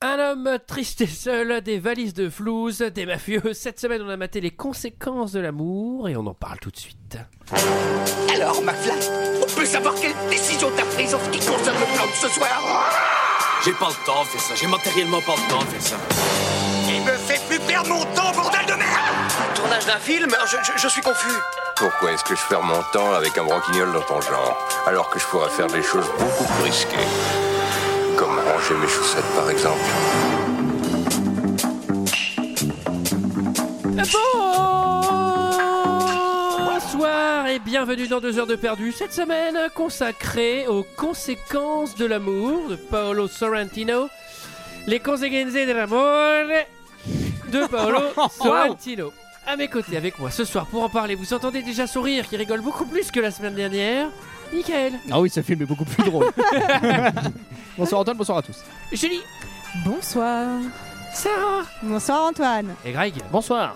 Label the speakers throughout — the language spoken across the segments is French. Speaker 1: Un homme triste et seul, des valises de flouze, des mafieux. Cette semaine, on a maté les conséquences de l'amour et on en parle tout de suite.
Speaker 2: Alors, McFly, on peut savoir quelle décision t'as prise en ce qui concerne le plan de ce soir
Speaker 3: J'ai pas le temps de faire ça. J'ai matériellement pas le temps de faire ça.
Speaker 2: Il me fait plus perdre mon temps, bordel de merde
Speaker 4: Tournage d'un film je, je- je suis confus.
Speaker 5: Pourquoi est-ce que je perds mon temps avec un branquignol dans ton genre Alors que je pourrais faire des choses beaucoup plus risquées. Comme ranger mes chaussettes par exemple.
Speaker 1: Bonsoir et bienvenue dans 2 heures de perdu. Cette semaine consacrée aux conséquences de l'amour de Paolo Sorrentino. Les conséquences de l'amour de Paolo Sorrentino. À mes côtés avec moi ce soir pour en parler, vous entendez déjà son rire qui rigole beaucoup plus que la semaine dernière. Michael,
Speaker 6: Ah oui, ce film est beaucoup plus drôle. bonsoir Antoine, bonsoir à tous.
Speaker 1: Julie,
Speaker 7: Bonsoir.
Speaker 1: Sarah
Speaker 7: Bonsoir Antoine.
Speaker 1: et Greg.
Speaker 6: Bonsoir.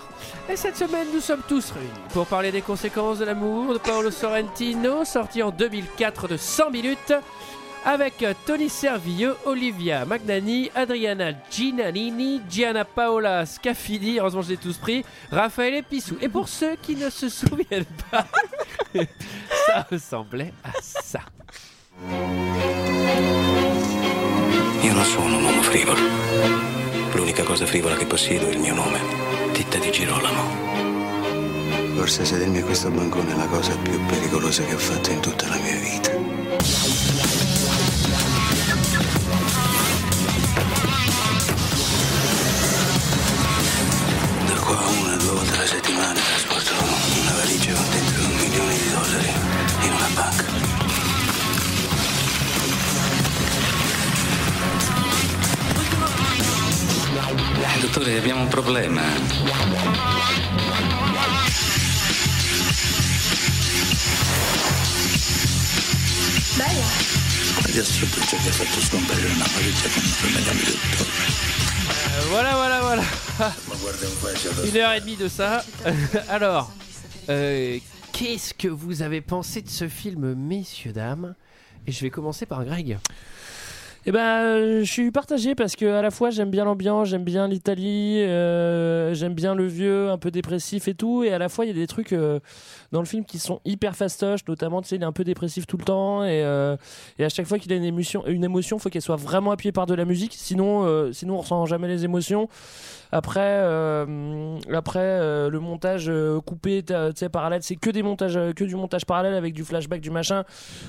Speaker 1: Et cette semaine, nous sommes tous réunis pour parler des conséquences de l'amour de Paolo Sorrentino, sorti en 2004 de 100 minutes, avec Tony Servieux, Olivia Magnani, Adriana Ginanini, Gianna Paola Scafidi, heureusement je les ai tous pris, Raphaël Epissou. Et pour ceux qui ne se souviennent pas, ça ressemblait à ça.
Speaker 8: Io non sono un uomo frivolo. L'unica cosa frivola che possiedo è il mio nome, Titta di Girolamo. Forse sedermi a questo bancone è la cosa più pericolosa che ho fatto in tutta la mia vita. Da qua a una o due volte alla settimana trasporto una valigia con dentro un milione di dollari in una banca. Eh, Dottore, abbiamo un problema. Adesso perciò che ha fatto scomparire una valigia con una medaglia del
Speaker 1: Euh, voilà, voilà, voilà.
Speaker 8: Ma guarda un po', c'è da
Speaker 1: Une heure et demie de ça. Alors, euh, qu'est-ce que vous avez pensé de ce film, messieurs, dames Et je vais commencer par Greg.
Speaker 9: Eh ben, euh, je suis partagé parce que à la fois j'aime bien l'ambiance, j'aime bien l'Italie, euh, j'aime bien le vieux, un peu dépressif et tout, et à la fois il y a des trucs euh, dans le film qui sont hyper fastoches, notamment tu sais il est un peu dépressif tout le temps et, euh, et à chaque fois qu'il a une émotion, une émotion, faut qu'elle soit vraiment appuyée par de la musique, sinon euh, sinon on ressent jamais les émotions. Après euh, après euh, le montage euh, coupé, t'as- tu sais parallèle, c'est que des montages, euh, que du montage parallèle avec du flashback, du machin.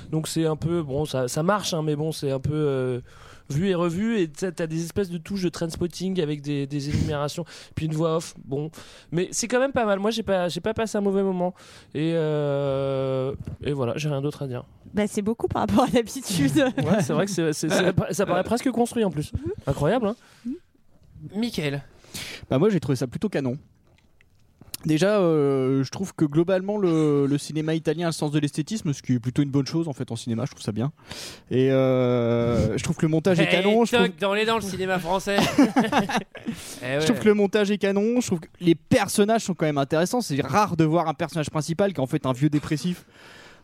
Speaker 9: Donc c'est un peu bon, ça, ça marche, hein, mais bon, c'est un peu euh, vu et revu. Et t'as t'as des espèces de touches de spotting avec des, des énumérations, puis une voix off. Bon, mais c'est quand même pas mal. Moi, j'ai pas, j'ai pas passé un mauvais moment. Et euh, et voilà, j'ai rien d'autre à dire.
Speaker 7: Bah c'est beaucoup par rapport à l'habitude.
Speaker 9: Ouais, c'est vrai que c'est- c'est- c'est- ça paraît presque construit en plus. Incroyable. Hein
Speaker 1: Michael.
Speaker 6: Bah moi j'ai trouvé ça plutôt canon. Déjà, euh, je trouve que globalement le, le cinéma italien a le sens de l'esthétisme, ce qui est plutôt une bonne chose en fait en cinéma, je trouve ça bien. Et euh, je trouve que le montage est canon.
Speaker 1: Hey,
Speaker 6: Je trouve,
Speaker 1: toc dans les dents le cinéma français. Eh ouais.
Speaker 6: je trouve que le montage est canon. Je trouve que les personnages sont quand même intéressants. C'est rare de voir un personnage principal qui est en fait un vieux dépressif,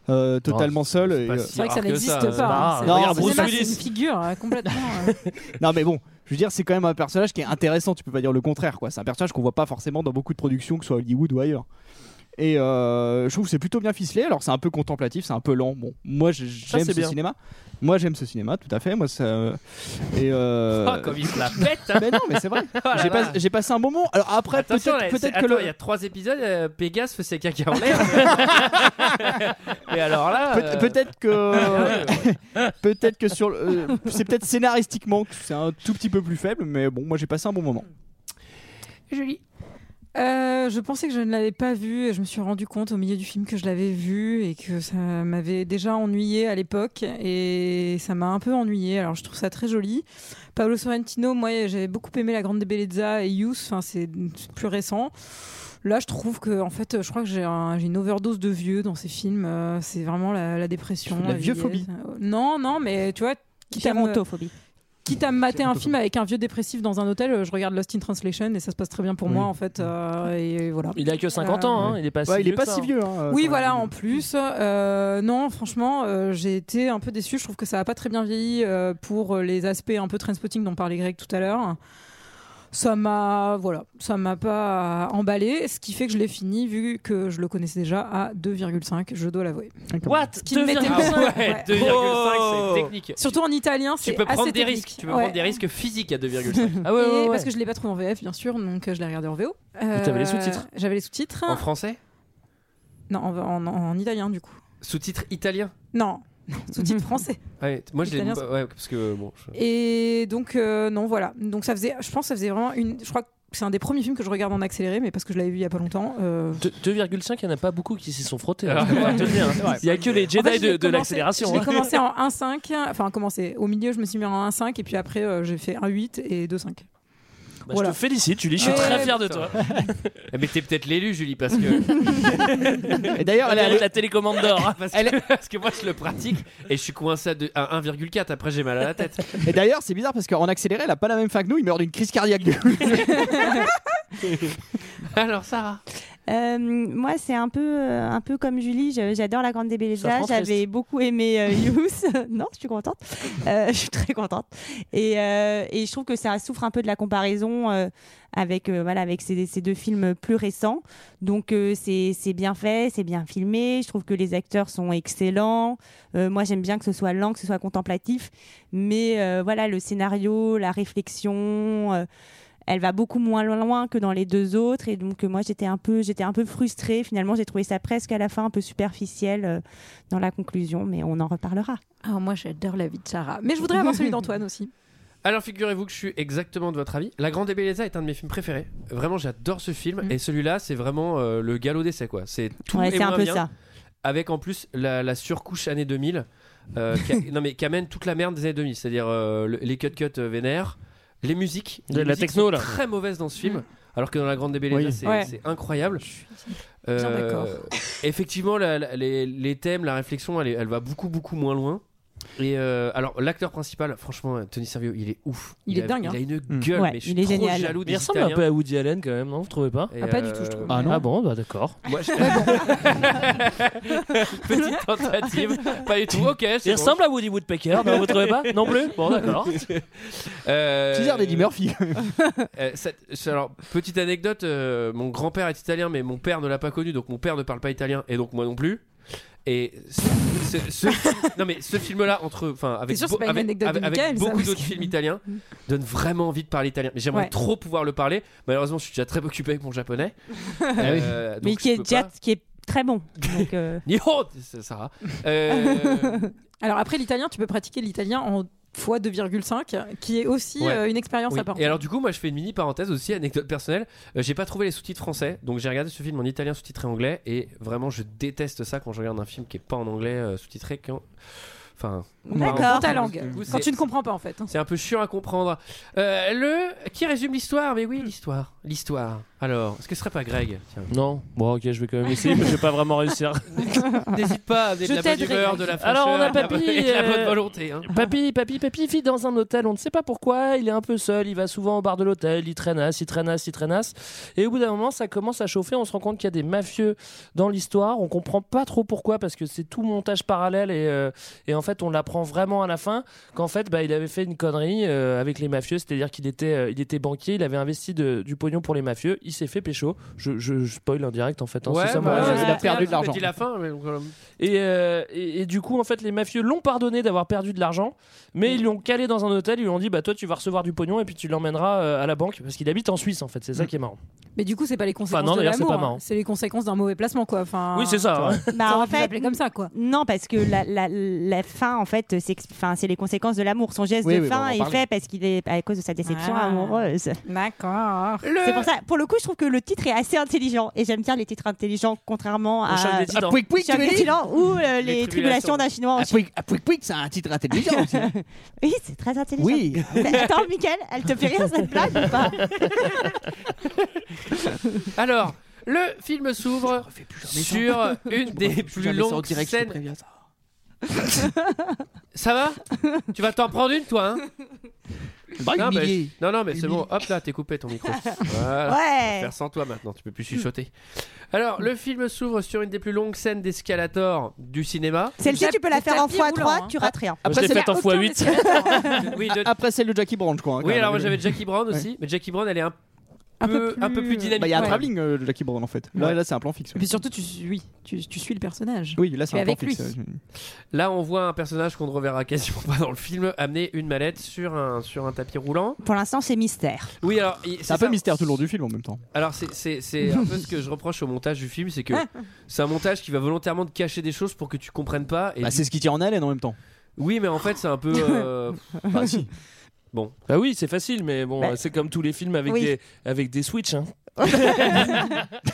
Speaker 6: euh, totalement seul.
Speaker 1: C'est
Speaker 6: et,
Speaker 1: pas
Speaker 6: euh,
Speaker 1: si
Speaker 7: C'est vrai que ça
Speaker 1: rare
Speaker 7: n'existe
Speaker 1: ça, hein.
Speaker 7: pas. hein.
Speaker 6: Non,
Speaker 7: C'est-
Speaker 6: Bruce
Speaker 7: c'est-
Speaker 3: Willis.
Speaker 7: C'est une figure euh, complètement. euh,
Speaker 6: Non mais bon, je veux dire, c'est quand même un personnage qui est intéressant, tu peux pas dire le contraire, quoi. C'est un personnage qu'on voit pas forcément dans beaucoup de productions, que ce soit à Hollywood ou ailleurs. Et euh, je trouve que c'est plutôt bien ficelé, alors c'est un peu contemplatif, c'est un peu lent. Bon, moi j'ai- j'aime ce
Speaker 9: c'est bien.
Speaker 6: cinéma. Moi j'aime ce cinéma, tout à fait. Moi ça... Et euh...
Speaker 1: Oh, comme il se la pète. hein.
Speaker 6: Mais non, mais c'est vrai.
Speaker 1: Oh là là.
Speaker 6: J'ai pas- j'ai passé un bon moment. Alors après,
Speaker 1: Attention,
Speaker 6: peut-être
Speaker 1: là,
Speaker 6: peut-être
Speaker 1: c'est-
Speaker 6: que
Speaker 1: attends,
Speaker 6: le...
Speaker 1: il y a trois épisodes, euh, Pégase faisait caca en l'air. Mais alors là,
Speaker 6: Peut-
Speaker 1: euh, Ah
Speaker 6: Peut-être que peut-être que sur le- euh, c'est peut-être scénaristiquement que c'est un tout petit peu plus faible mais bon moi j'ai passé un bon moment.
Speaker 1: Julie.
Speaker 7: Euh, je pensais que je ne l'avais pas vu et je me suis rendu compte au milieu du film que je l'avais vu et que ça m'avait déjà ennuyé à l'époque et ça m'a un peu ennuyé. Alors je trouve ça très joli. Paolo Sorrentino, moi j'avais beaucoup aimé La Grande Bellezza et Youth, enfin, c'est c'est plus récent. Là, je trouve que, en fait, je crois que j'ai un- j'ai une overdose de vieux dans ces films. Euh, c'est vraiment la, la dépression.
Speaker 6: La
Speaker 7: vieillesse.
Speaker 6: vieuxphobie.
Speaker 7: Non, non, mais tu vois, quitte à me-
Speaker 10: Gérontophobie.
Speaker 7: quitte à me mater un film avec un vieux dépressif dans un hôtel, euh, je regarde Lost in Translation et ça se passe très bien pour moi en fait. euh, et voilà.
Speaker 9: Il a que 50
Speaker 7: Euh,
Speaker 9: ans, hein, il est pas si
Speaker 6: Ouais, il est
Speaker 9: vieux
Speaker 6: pas
Speaker 9: que ça,
Speaker 6: si
Speaker 9: hein.
Speaker 6: vieux. hein,
Speaker 7: Oui,
Speaker 6: quand
Speaker 7: voilà,
Speaker 6: même.
Speaker 7: en plus. euh, non, franchement, euh, j'ai été un peu déçue. Je trouve que ça n'a pas très bien vieilli euh, pour les aspects un peu trainspotting dont parlait Greg tout à l'heure. Ça m'a, voilà, ça m'a pas emballé, ce qui fait que je l'ai fini vu que je le connaissais déjà à 2,5, je dois l'avouer.
Speaker 9: What
Speaker 7: Qui ne mettait
Speaker 9: 2,5.
Speaker 7: pas-
Speaker 1: Ah ouais,
Speaker 7: Ouais.
Speaker 1: 2,5
Speaker 9: Oh.
Speaker 1: c'est technique.
Speaker 7: Surtout en italien, c'est
Speaker 1: Tu peux prendre
Speaker 7: assez
Speaker 1: des
Speaker 7: technique.
Speaker 1: risques, tu peux
Speaker 7: Ouais.
Speaker 1: prendre des risques physiques à 2,5
Speaker 9: Ah ouais,
Speaker 7: Et
Speaker 9: ouais, ouais.
Speaker 7: Parce que je l'ai pas trouvé en VF, bien sûr, donc euh, je l'ai regardé en VO. Euh,
Speaker 9: t'avais les sous-titres
Speaker 7: J'avais les sous-titres.
Speaker 1: en français.
Speaker 7: Non, en, en- en italien, du coup.
Speaker 1: Sous-titre italien.
Speaker 7: Non, sous-titres français.
Speaker 1: Ouais, moi je l'ai
Speaker 7: Italien,
Speaker 1: ouais, parce que bon. je-
Speaker 7: Et donc, euh, non, voilà. Donc, ça faisait, je pense, que ça faisait vraiment une. Je crois que c'est un des premiers films que je regarde en accéléré, mais parce que je l'avais vu il y a pas longtemps. euh,
Speaker 9: De- 2,5, il n'y en a pas beaucoup qui s'y sont frottés. hein.
Speaker 1: Ah.
Speaker 9: Je vais te le dire, hein. Il n'y a que les Jedi
Speaker 7: en fait, je l'ai
Speaker 9: de, de
Speaker 7: commencé-
Speaker 9: l'accélération.
Speaker 7: Je l'ai
Speaker 9: hein.
Speaker 7: commencé en 1,5, enfin, commencé. Au milieu, je me suis mis en 1,5, et puis après, euh, j'ai fait 1,8 et 2,5.
Speaker 9: Bah,
Speaker 7: Voilà.
Speaker 9: Je te félicite, tu lis, je suis
Speaker 7: Ouais,
Speaker 9: très
Speaker 7: ouais,
Speaker 9: fier de
Speaker 1: putain.
Speaker 9: toi.
Speaker 1: Eh, Mais t'es peut-être l'élu Julie parce que
Speaker 6: Et d'ailleurs,
Speaker 9: Elle
Speaker 6: elle
Speaker 9: mérite
Speaker 6: est-
Speaker 9: la télécommande d'or.
Speaker 1: parce, que parce que moi je le pratique et je suis coincé à, deux- à 1,4 après j'ai mal à la tête.
Speaker 6: et d'ailleurs, c'est bizarre parce qu'en accéléré, elle a pas la même fin que nous. Il meurt d'une crise cardiaque.
Speaker 1: Alors Sarah.
Speaker 10: Euh, moi, c'est un peu, euh, un peu comme Julie. je- J'adore la Grande
Speaker 9: Ça
Speaker 10: Débelleza.
Speaker 9: prend
Speaker 10: J'avais
Speaker 9: triste.
Speaker 10: beaucoup aimé euh, Youth. non, je suis contente. Euh, je suis très contente. Et, euh, et je trouve que ça souffre un peu de la comparaison euh, avec, euh, voilà, avec ces, ces deux films plus récents. Donc, euh, c'est c'est bien fait, c'est bien filmé. Je trouve que les acteurs sont excellents. Euh, moi, j'aime bien que ce soit lent, que ce soit contemplatif. Mais euh, voilà, le scénario, la réflexion. euh, elle va beaucoup moins loin, loin que dans les deux autres et donc euh, moi j'étais un peu j'étais un peu frustrée finalement j'ai trouvé ça presque à la fin un peu superficiel euh, dans la conclusion mais on en reparlera
Speaker 7: Alors, Ah, moi, j'adore la vie de Sarah. Mais je voudrais avoir celui d'Antoine aussi.
Speaker 1: Alors figurez-vous que je suis exactement de votre avis. La Grande et Belleza est un de mes films préférés. Vraiment j'adore ce film
Speaker 10: Mm.
Speaker 1: et celui-là c'est vraiment euh, le galop d'essai quoi. C'est tout
Speaker 10: Ouais,
Speaker 1: et
Speaker 10: c'est un
Speaker 1: moins
Speaker 10: peu
Speaker 1: bien.
Speaker 10: ça
Speaker 1: avec en plus la, la surcouche année 2000 euh, qui a- non mais qui amène toute la merde des années 2000 c'est-à-dire euh, le- les cut cut vénères les musiques
Speaker 9: De
Speaker 1: les
Speaker 9: la
Speaker 1: musiques
Speaker 9: techno,
Speaker 1: sont
Speaker 9: là. Mm.
Speaker 1: très mauvaises dans ce film alors que dans la grande débellée
Speaker 6: Oui.
Speaker 1: c'est
Speaker 7: Ouais.
Speaker 1: c'est incroyable Euh,
Speaker 7: bien d'accord.
Speaker 1: effectivement la- la- les, les thèmes la réflexion elle, est- elle va beaucoup beaucoup moins loin et euh, alors l'acteur principal franchement Tony Servio il est ouf
Speaker 7: Il est
Speaker 1: a-
Speaker 7: dingue, hein.
Speaker 1: il a une
Speaker 6: Mm.
Speaker 1: gueule
Speaker 10: Ouais,
Speaker 1: mais je
Speaker 10: il
Speaker 1: suis
Speaker 10: est
Speaker 1: trop
Speaker 10: génial.
Speaker 1: jaloux des
Speaker 9: Il ressemble un
Speaker 1: Italiens.
Speaker 9: peu à Woody Allen quand même, non Vous trouvez pas
Speaker 1: Et, euh,
Speaker 7: Ah, pas du tout, je trouve.
Speaker 6: Ah non.
Speaker 9: Ah bon, bah d'accord.
Speaker 1: moi, je-
Speaker 9: Il
Speaker 1: petite tentative pas du tout ok c'est bon.
Speaker 9: ressemble à Woody Woodpecker, non, vous trouvez pas Non plus Bon, d'accord.
Speaker 1: Euh,
Speaker 6: Teaser d'Eddie Murphy.
Speaker 1: Euh, ça- ça- alors, petite anecdote, euh, mon grand-père est italien, mais mon père ne l'a pas connu, donc mon père ne parle pas italien, et donc moi non plus. Et ce, ce- ce- non mais ce film-là entre, enfin avec,
Speaker 7: sûr, c'est
Speaker 1: beau-
Speaker 7: pas une
Speaker 1: avec,
Speaker 7: anecdote de
Speaker 1: avec- avec
Speaker 7: Michael, ça,
Speaker 1: beaucoup
Speaker 7: parce
Speaker 1: d'autres
Speaker 7: que- Mm.
Speaker 1: films italiens donne vraiment envie de parler italien. Mais j'aimerais
Speaker 7: Ouais.
Speaker 1: trop pouvoir le parler. Malheureusement, je suis déjà très occupé avec mon japonais.
Speaker 7: Ah
Speaker 1: Euh, donc
Speaker 10: mais qui
Speaker 1: je
Speaker 10: est
Speaker 1: peux
Speaker 10: déjà-
Speaker 1: pas.
Speaker 10: qui est très bon donc euh,
Speaker 1: Nihon, c'est Sarah. Euh,
Speaker 7: Alors, après l'italien, tu peux pratiquer l'italien en fois 2,5, qui est aussi
Speaker 1: Ouais.
Speaker 7: euh, une expérience
Speaker 1: Oui.
Speaker 7: à part.
Speaker 1: Et alors du coup, moi je fais une mini parenthèse aussi, anecdote personnelle. Euh, j'ai pas trouvé les sous-titres français, donc j'ai regardé ce film en italien sous-titré anglais, et vraiment je déteste ça quand je regarde un film qui est pas en anglais euh, sous-titré. Quand... Enfin,
Speaker 10: D'accord.
Speaker 7: Dans ta langue.
Speaker 1: Du coup,
Speaker 7: Quand
Speaker 1: c'est-
Speaker 7: tu ne comprends pas, en fait. hein.
Speaker 1: c'est un peu chiant à comprendre. Euh, le qui résume l'histoire, mais oui l'histoire, l'histoire. Alors, est-ce que ce serait pas Greg Tiens.
Speaker 9: Non, bon, ok, je vais quand même essayer, mais je vais pas vraiment réussir.
Speaker 1: N'hésite pas, à amener de
Speaker 7: Je
Speaker 1: la bonne
Speaker 7: t'aiderai,
Speaker 1: humeur,
Speaker 7: Greg.
Speaker 1: de la
Speaker 9: Alors, on a
Speaker 1: fraîcheur, de la
Speaker 9: papy,
Speaker 1: bonne- et de la
Speaker 9: euh,
Speaker 1: bonne volonté. hein.
Speaker 9: Papy, papy, papy vit dans un hôtel, on ne sait pas pourquoi, il est un peu seul, il va souvent au bar de l'hôtel, il traînasse, il traînasse, il traînasse. Et au bout d'un moment, ça commence à chauffer, on se rend compte qu'il y a des mafieux dans l'histoire, on comprend pas trop pourquoi, parce que c'est tout montage parallèle, et, euh, et en fait, on l'apprend vraiment à la fin qu'en fait, bah, il avait fait une connerie euh, avec les mafieux, c'est-à-dire qu'il était, euh, il était banquier, il avait investi de- du pognon pour les mafieux, il s'est fait pécho. Je, je, je spoil indirect en fait, hein, c'est ça,
Speaker 1: bah,
Speaker 9: mon résumé.
Speaker 6: ouais. il a perdu de
Speaker 1: t'as
Speaker 6: l'argent.
Speaker 1: dit la fin, mais donc, euh,
Speaker 9: Et, euh, et, et du coup, en fait, les mafieux l'ont pardonné d'avoir perdu de l'argent, mais ils l'ont calé dans un hôtel. Ils lui ont dit Bah, toi, tu vas recevoir du pognon et puis tu l'emmèneras euh, à la banque parce qu'il habite en Suisse, en fait. C'est ça qui est marrant.
Speaker 7: Mais du coup, c'est pas les conséquences
Speaker 9: non,
Speaker 7: de
Speaker 9: d'ailleurs, c'est
Speaker 7: l'amour,
Speaker 9: pas marrant.
Speaker 7: hein. C'est les conséquences d'un mauvais placement, quoi. Enfin,
Speaker 9: oui, c'est ça. hein. ouais.
Speaker 10: bah,
Speaker 7: ça
Speaker 10: en
Speaker 7: aurait pu
Speaker 10: fait
Speaker 7: s'appeler comme ça, quoi.
Speaker 10: non parce que la, la, la fin en fait c'est enfin c'est les conséquences de l'amour son geste
Speaker 6: Oui,
Speaker 10: de
Speaker 6: oui, bah, on
Speaker 10: fin
Speaker 6: en
Speaker 10: est
Speaker 6: parlait.
Speaker 10: fait parce qu'il est à cause de sa déception
Speaker 7: Ah.
Speaker 10: amoureuse
Speaker 7: D'accord.
Speaker 10: c'est pour ça pour le coup je trouve que le titre est assez intelligent et j'aime bien les titres intelligents contrairement
Speaker 9: Pour Choc
Speaker 10: à
Speaker 9: des Titans.
Speaker 6: pouic pouic,
Speaker 10: Choc
Speaker 6: tu veux
Speaker 10: des
Speaker 6: dire
Speaker 10: Titans ou
Speaker 1: Les
Speaker 10: euh, les,
Speaker 1: hein. Tribulations.
Speaker 10: tribulations d'un chinois en
Speaker 6: Ah, pouic, ah, pouic, pouic, c'est un titre intelligent. aussi. hein.
Speaker 10: Oui, c'est très intelligent.
Speaker 6: oui.
Speaker 10: Mais Attends, Mickaël, elle te fait rire cette blague ou pas
Speaker 1: Alors, le film s'ouvre sur une des plus longues scènes Ça va Tu vas t'en prendre une, toi hein
Speaker 6: Bah,
Speaker 1: non, mais, non, non, mais c'est bon. Hop là, t'es coupé ton micro. Voilà.
Speaker 10: Ouais.
Speaker 1: On va Faire sans toi maintenant, tu peux plus chuchoter. Alors, le film s'ouvre sur une des plus longues scènes d'escalator du cinéma.
Speaker 10: Celle-ci, tu peux la
Speaker 7: le
Speaker 10: faire en
Speaker 7: tapis
Speaker 10: x3,
Speaker 7: roulant, hein.
Speaker 10: tu rates rien.
Speaker 9: Moi, je l'ai
Speaker 6: c'est-
Speaker 9: faite en x8.
Speaker 6: Ah,
Speaker 1: Oui, de-
Speaker 6: Après celle de Jackie Branch, quoi. hein, quand
Speaker 1: oui alors moi
Speaker 6: même.
Speaker 1: j'avais Jackie Brown aussi, mais Jackie Brown elle est un peu, Euh, un peu, plus... dynamique.
Speaker 6: Bah, il y a un
Speaker 1: Ouais.
Speaker 6: travelling euh, de Jackie Brown en fait. Là,
Speaker 1: Ouais.
Speaker 6: là c'est un plan fixe.
Speaker 7: Et
Speaker 6: ouais.
Speaker 7: puis surtout, tu, suis- oui, tu, tu suis le personnage.
Speaker 6: Oui, là,
Speaker 7: Tu
Speaker 6: c'est
Speaker 7: es
Speaker 6: un plan
Speaker 7: avec lui.
Speaker 6: fixe. euh,
Speaker 1: Là on voit un personnage qu'on ne reverra quasiment pas dans le film amener une mallette sur un, sur un tapis roulant.
Speaker 10: Pour l'instant, c'est mystère.
Speaker 1: Oui alors il-
Speaker 6: C'est
Speaker 1: ça.
Speaker 6: un peu mystère tout le long du film en même temps.
Speaker 1: Alors c'est- c'est c'est un peu ce que je reproche au montage du film, c'est que c'est un montage qui va volontairement te cacher des choses pour que tu comprennes pas. Et
Speaker 6: Bah, c'est ce qui tire en haleine en même temps.
Speaker 1: Oui mais en fait c'est un peu... euh,
Speaker 6: Bah, si.
Speaker 9: Bah oui, c'est facile, mais bon, euh,
Speaker 10: Bah.
Speaker 9: c'est comme tous les films avec
Speaker 10: Oui.
Speaker 9: des avec des switches. hein.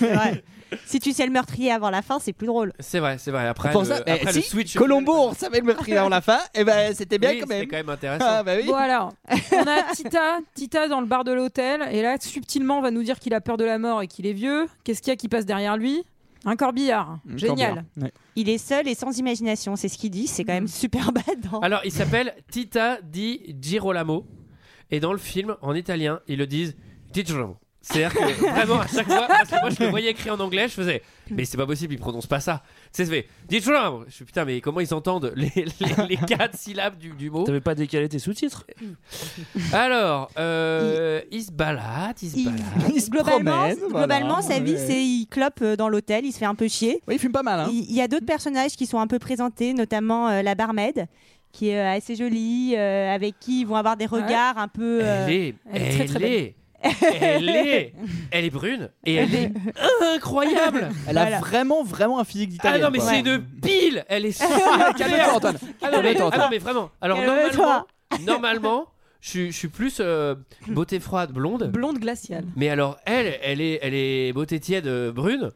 Speaker 10: Ouais. si tu sais le meurtrier avant la fin, c'est plus drôle.
Speaker 1: C'est vrai, c'est vrai. Après,
Speaker 6: Pour
Speaker 1: le,
Speaker 6: ça- eh,
Speaker 1: après le
Speaker 6: si,
Speaker 1: switch...
Speaker 6: Colombo, on savait le meurtrier en la fin, et ben c'était bien
Speaker 1: Oui,
Speaker 6: quand
Speaker 1: c'était
Speaker 6: même.
Speaker 1: quand même intéressant.
Speaker 6: Ah, bah oui.
Speaker 7: Bon alors, on a Tita, Tita dans le bar de l'hôtel, et là subtilement on va nous dire qu'il a peur de la mort et qu'il est vieux. Qu'est-ce qu'il y a qui passe derrière lui Un corbillard.
Speaker 6: Mm,
Speaker 7: Génial.
Speaker 6: Corbière. Ouais.
Speaker 10: Il est seul et sans imagination, c'est ce qu'il dit. C'est quand
Speaker 6: Mm.
Speaker 10: même super hein. badant.
Speaker 1: Alors, il s'appelle Tita di Girolamo. Et dans le film, en italien, ils le disent Di Girolamo. C'est-à-dire que vraiment, à chaque fois, parce que moi je le voyais écrit en anglais, je faisais Mais c'est pas possible, ils prononcent pas ça. Tu sais, je fais Di Girolamo. Je suis putain, mais comment ils entendent les, les, les quatre syllabes du, du mot
Speaker 9: T'avais pas décalé tes sous-titres
Speaker 1: Alors, euh, il se balade, il se
Speaker 10: Il-
Speaker 1: balade.
Speaker 6: Il se
Speaker 10: globalement,
Speaker 6: promène, voilà.
Speaker 10: globalement, sa vie,
Speaker 6: Ouais.
Speaker 10: c'est il clope euh, dans l'hôtel, il se fait un peu chier.
Speaker 6: Oui, il fume pas mal. Hein.
Speaker 10: Il il y a d'autres personnages qui sont un peu présentés, notamment euh, la barmaid, qui est euh, assez jolie, euh, avec qui ils vont avoir des regards un peu. euh,
Speaker 1: Elle est,
Speaker 7: elle est très, très
Speaker 1: elle est, elle est, elle est brune et elle est incroyable.
Speaker 6: Elle a
Speaker 10: Voilà.
Speaker 6: vraiment, vraiment un physique
Speaker 1: Ah
Speaker 6: d'italien.
Speaker 1: non mais
Speaker 10: quoi.
Speaker 1: c'est une pile, elle est super claire.
Speaker 6: Calme-toi, Antoine.
Speaker 1: Ah non, mais,
Speaker 6: Calme-toi,
Speaker 1: ah non,
Speaker 6: Antoine.
Speaker 1: mais vraiment. Alors
Speaker 10: Calme-toi.
Speaker 1: normalement, normalement, je, suis- je suis plus euh, beauté froide blonde.
Speaker 7: Blonde glaciale.
Speaker 1: Mais alors elle, elle est, elle est beauté tiède euh, brune.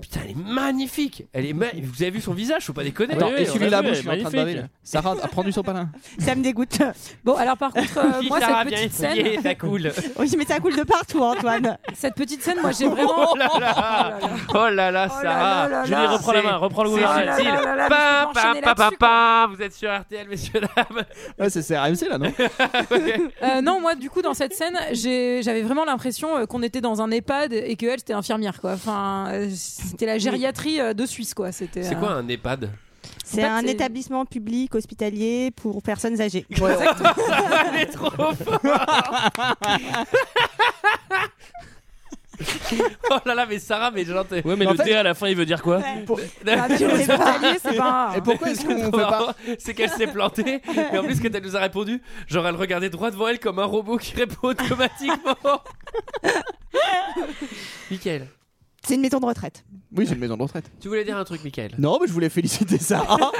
Speaker 1: Putain, elle est magnifique. Elle est ma- Vous avez vu son visage, faut pas déconner.
Speaker 9: Attends,
Speaker 1: Oui,
Speaker 9: et
Speaker 1: oui,
Speaker 6: Et
Speaker 9: on
Speaker 6: celui
Speaker 9: l'a
Speaker 6: là
Speaker 9: vu,
Speaker 6: bouche, je
Speaker 9: elle
Speaker 6: suis
Speaker 9: est
Speaker 6: en train de baver.
Speaker 9: magnifique.
Speaker 6: là. Sarah, prends du sopalin.
Speaker 10: Ça me dégoûte.
Speaker 7: Bon alors par contre, euh, moi
Speaker 1: Sarah,
Speaker 7: cette
Speaker 1: bien
Speaker 7: petite
Speaker 1: essayé,
Speaker 7: scène,
Speaker 1: ça coule.
Speaker 10: Oui, mais ça coule de partout, Antoine.
Speaker 7: cette petite scène, moi j'ai vraiment.
Speaker 1: Oh là là, oh là là,
Speaker 7: Oh là
Speaker 1: Sarah.
Speaker 7: là là
Speaker 9: Julie, reprends la
Speaker 1: C'est-
Speaker 9: main, reprends le
Speaker 1: C'est
Speaker 9: gouvernail.
Speaker 7: là là.
Speaker 1: subtil.
Speaker 7: là là,
Speaker 1: Pam,
Speaker 7: mais je peux
Speaker 1: pam,
Speaker 7: enchaîner
Speaker 1: pam, pam,
Speaker 7: là-dessus, quoi.
Speaker 1: pam. Vous êtes sur RTL, messieurs dames.
Speaker 6: Ouais, c'est CRMC là, non
Speaker 7: Euh, non, moi du coup dans cette scène, j'ai- j'avais vraiment l'impression euh, qu'on était dans un EHPAD et que elle c'était l'infirmière quoi. Enfin, euh, c'était la gériatrie euh, de Suisse quoi. C'était.
Speaker 1: C'est
Speaker 7: euh,
Speaker 1: quoi un EHPAD
Speaker 10: C'est
Speaker 7: fait,
Speaker 10: un
Speaker 7: c'est-
Speaker 10: établissement public hospitalier pour personnes âgées.
Speaker 1: Elle est trop fort Oh là là, mais Sarah, mais genre, t'es-
Speaker 9: Ouais, mais
Speaker 6: Mais en
Speaker 9: le
Speaker 6: fait-
Speaker 9: D à la fin, il veut dire quoi
Speaker 7: Ah, mais les hospitaliers, c'est pas.
Speaker 6: Et pourquoi est-ce
Speaker 1: C'est
Speaker 6: qu'on fait
Speaker 1: trop marrant,
Speaker 6: pas
Speaker 1: C'est qu'elle s'est plantée, mais en plus que elle nous a répondu, genre elle regardait droit devant elle comme un robot qui répond automatiquement. Michael,
Speaker 10: C'est une maison de retraite.
Speaker 6: Oui, c'est une maison de retraite.
Speaker 1: tu voulais dire un truc, Michael
Speaker 6: Non, mais je voulais féliciter Sarah.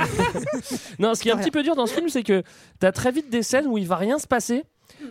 Speaker 9: Non, ce qui est un petit peu dur dans ce film, c'est que t'as très vite des scènes où il va rien se passer.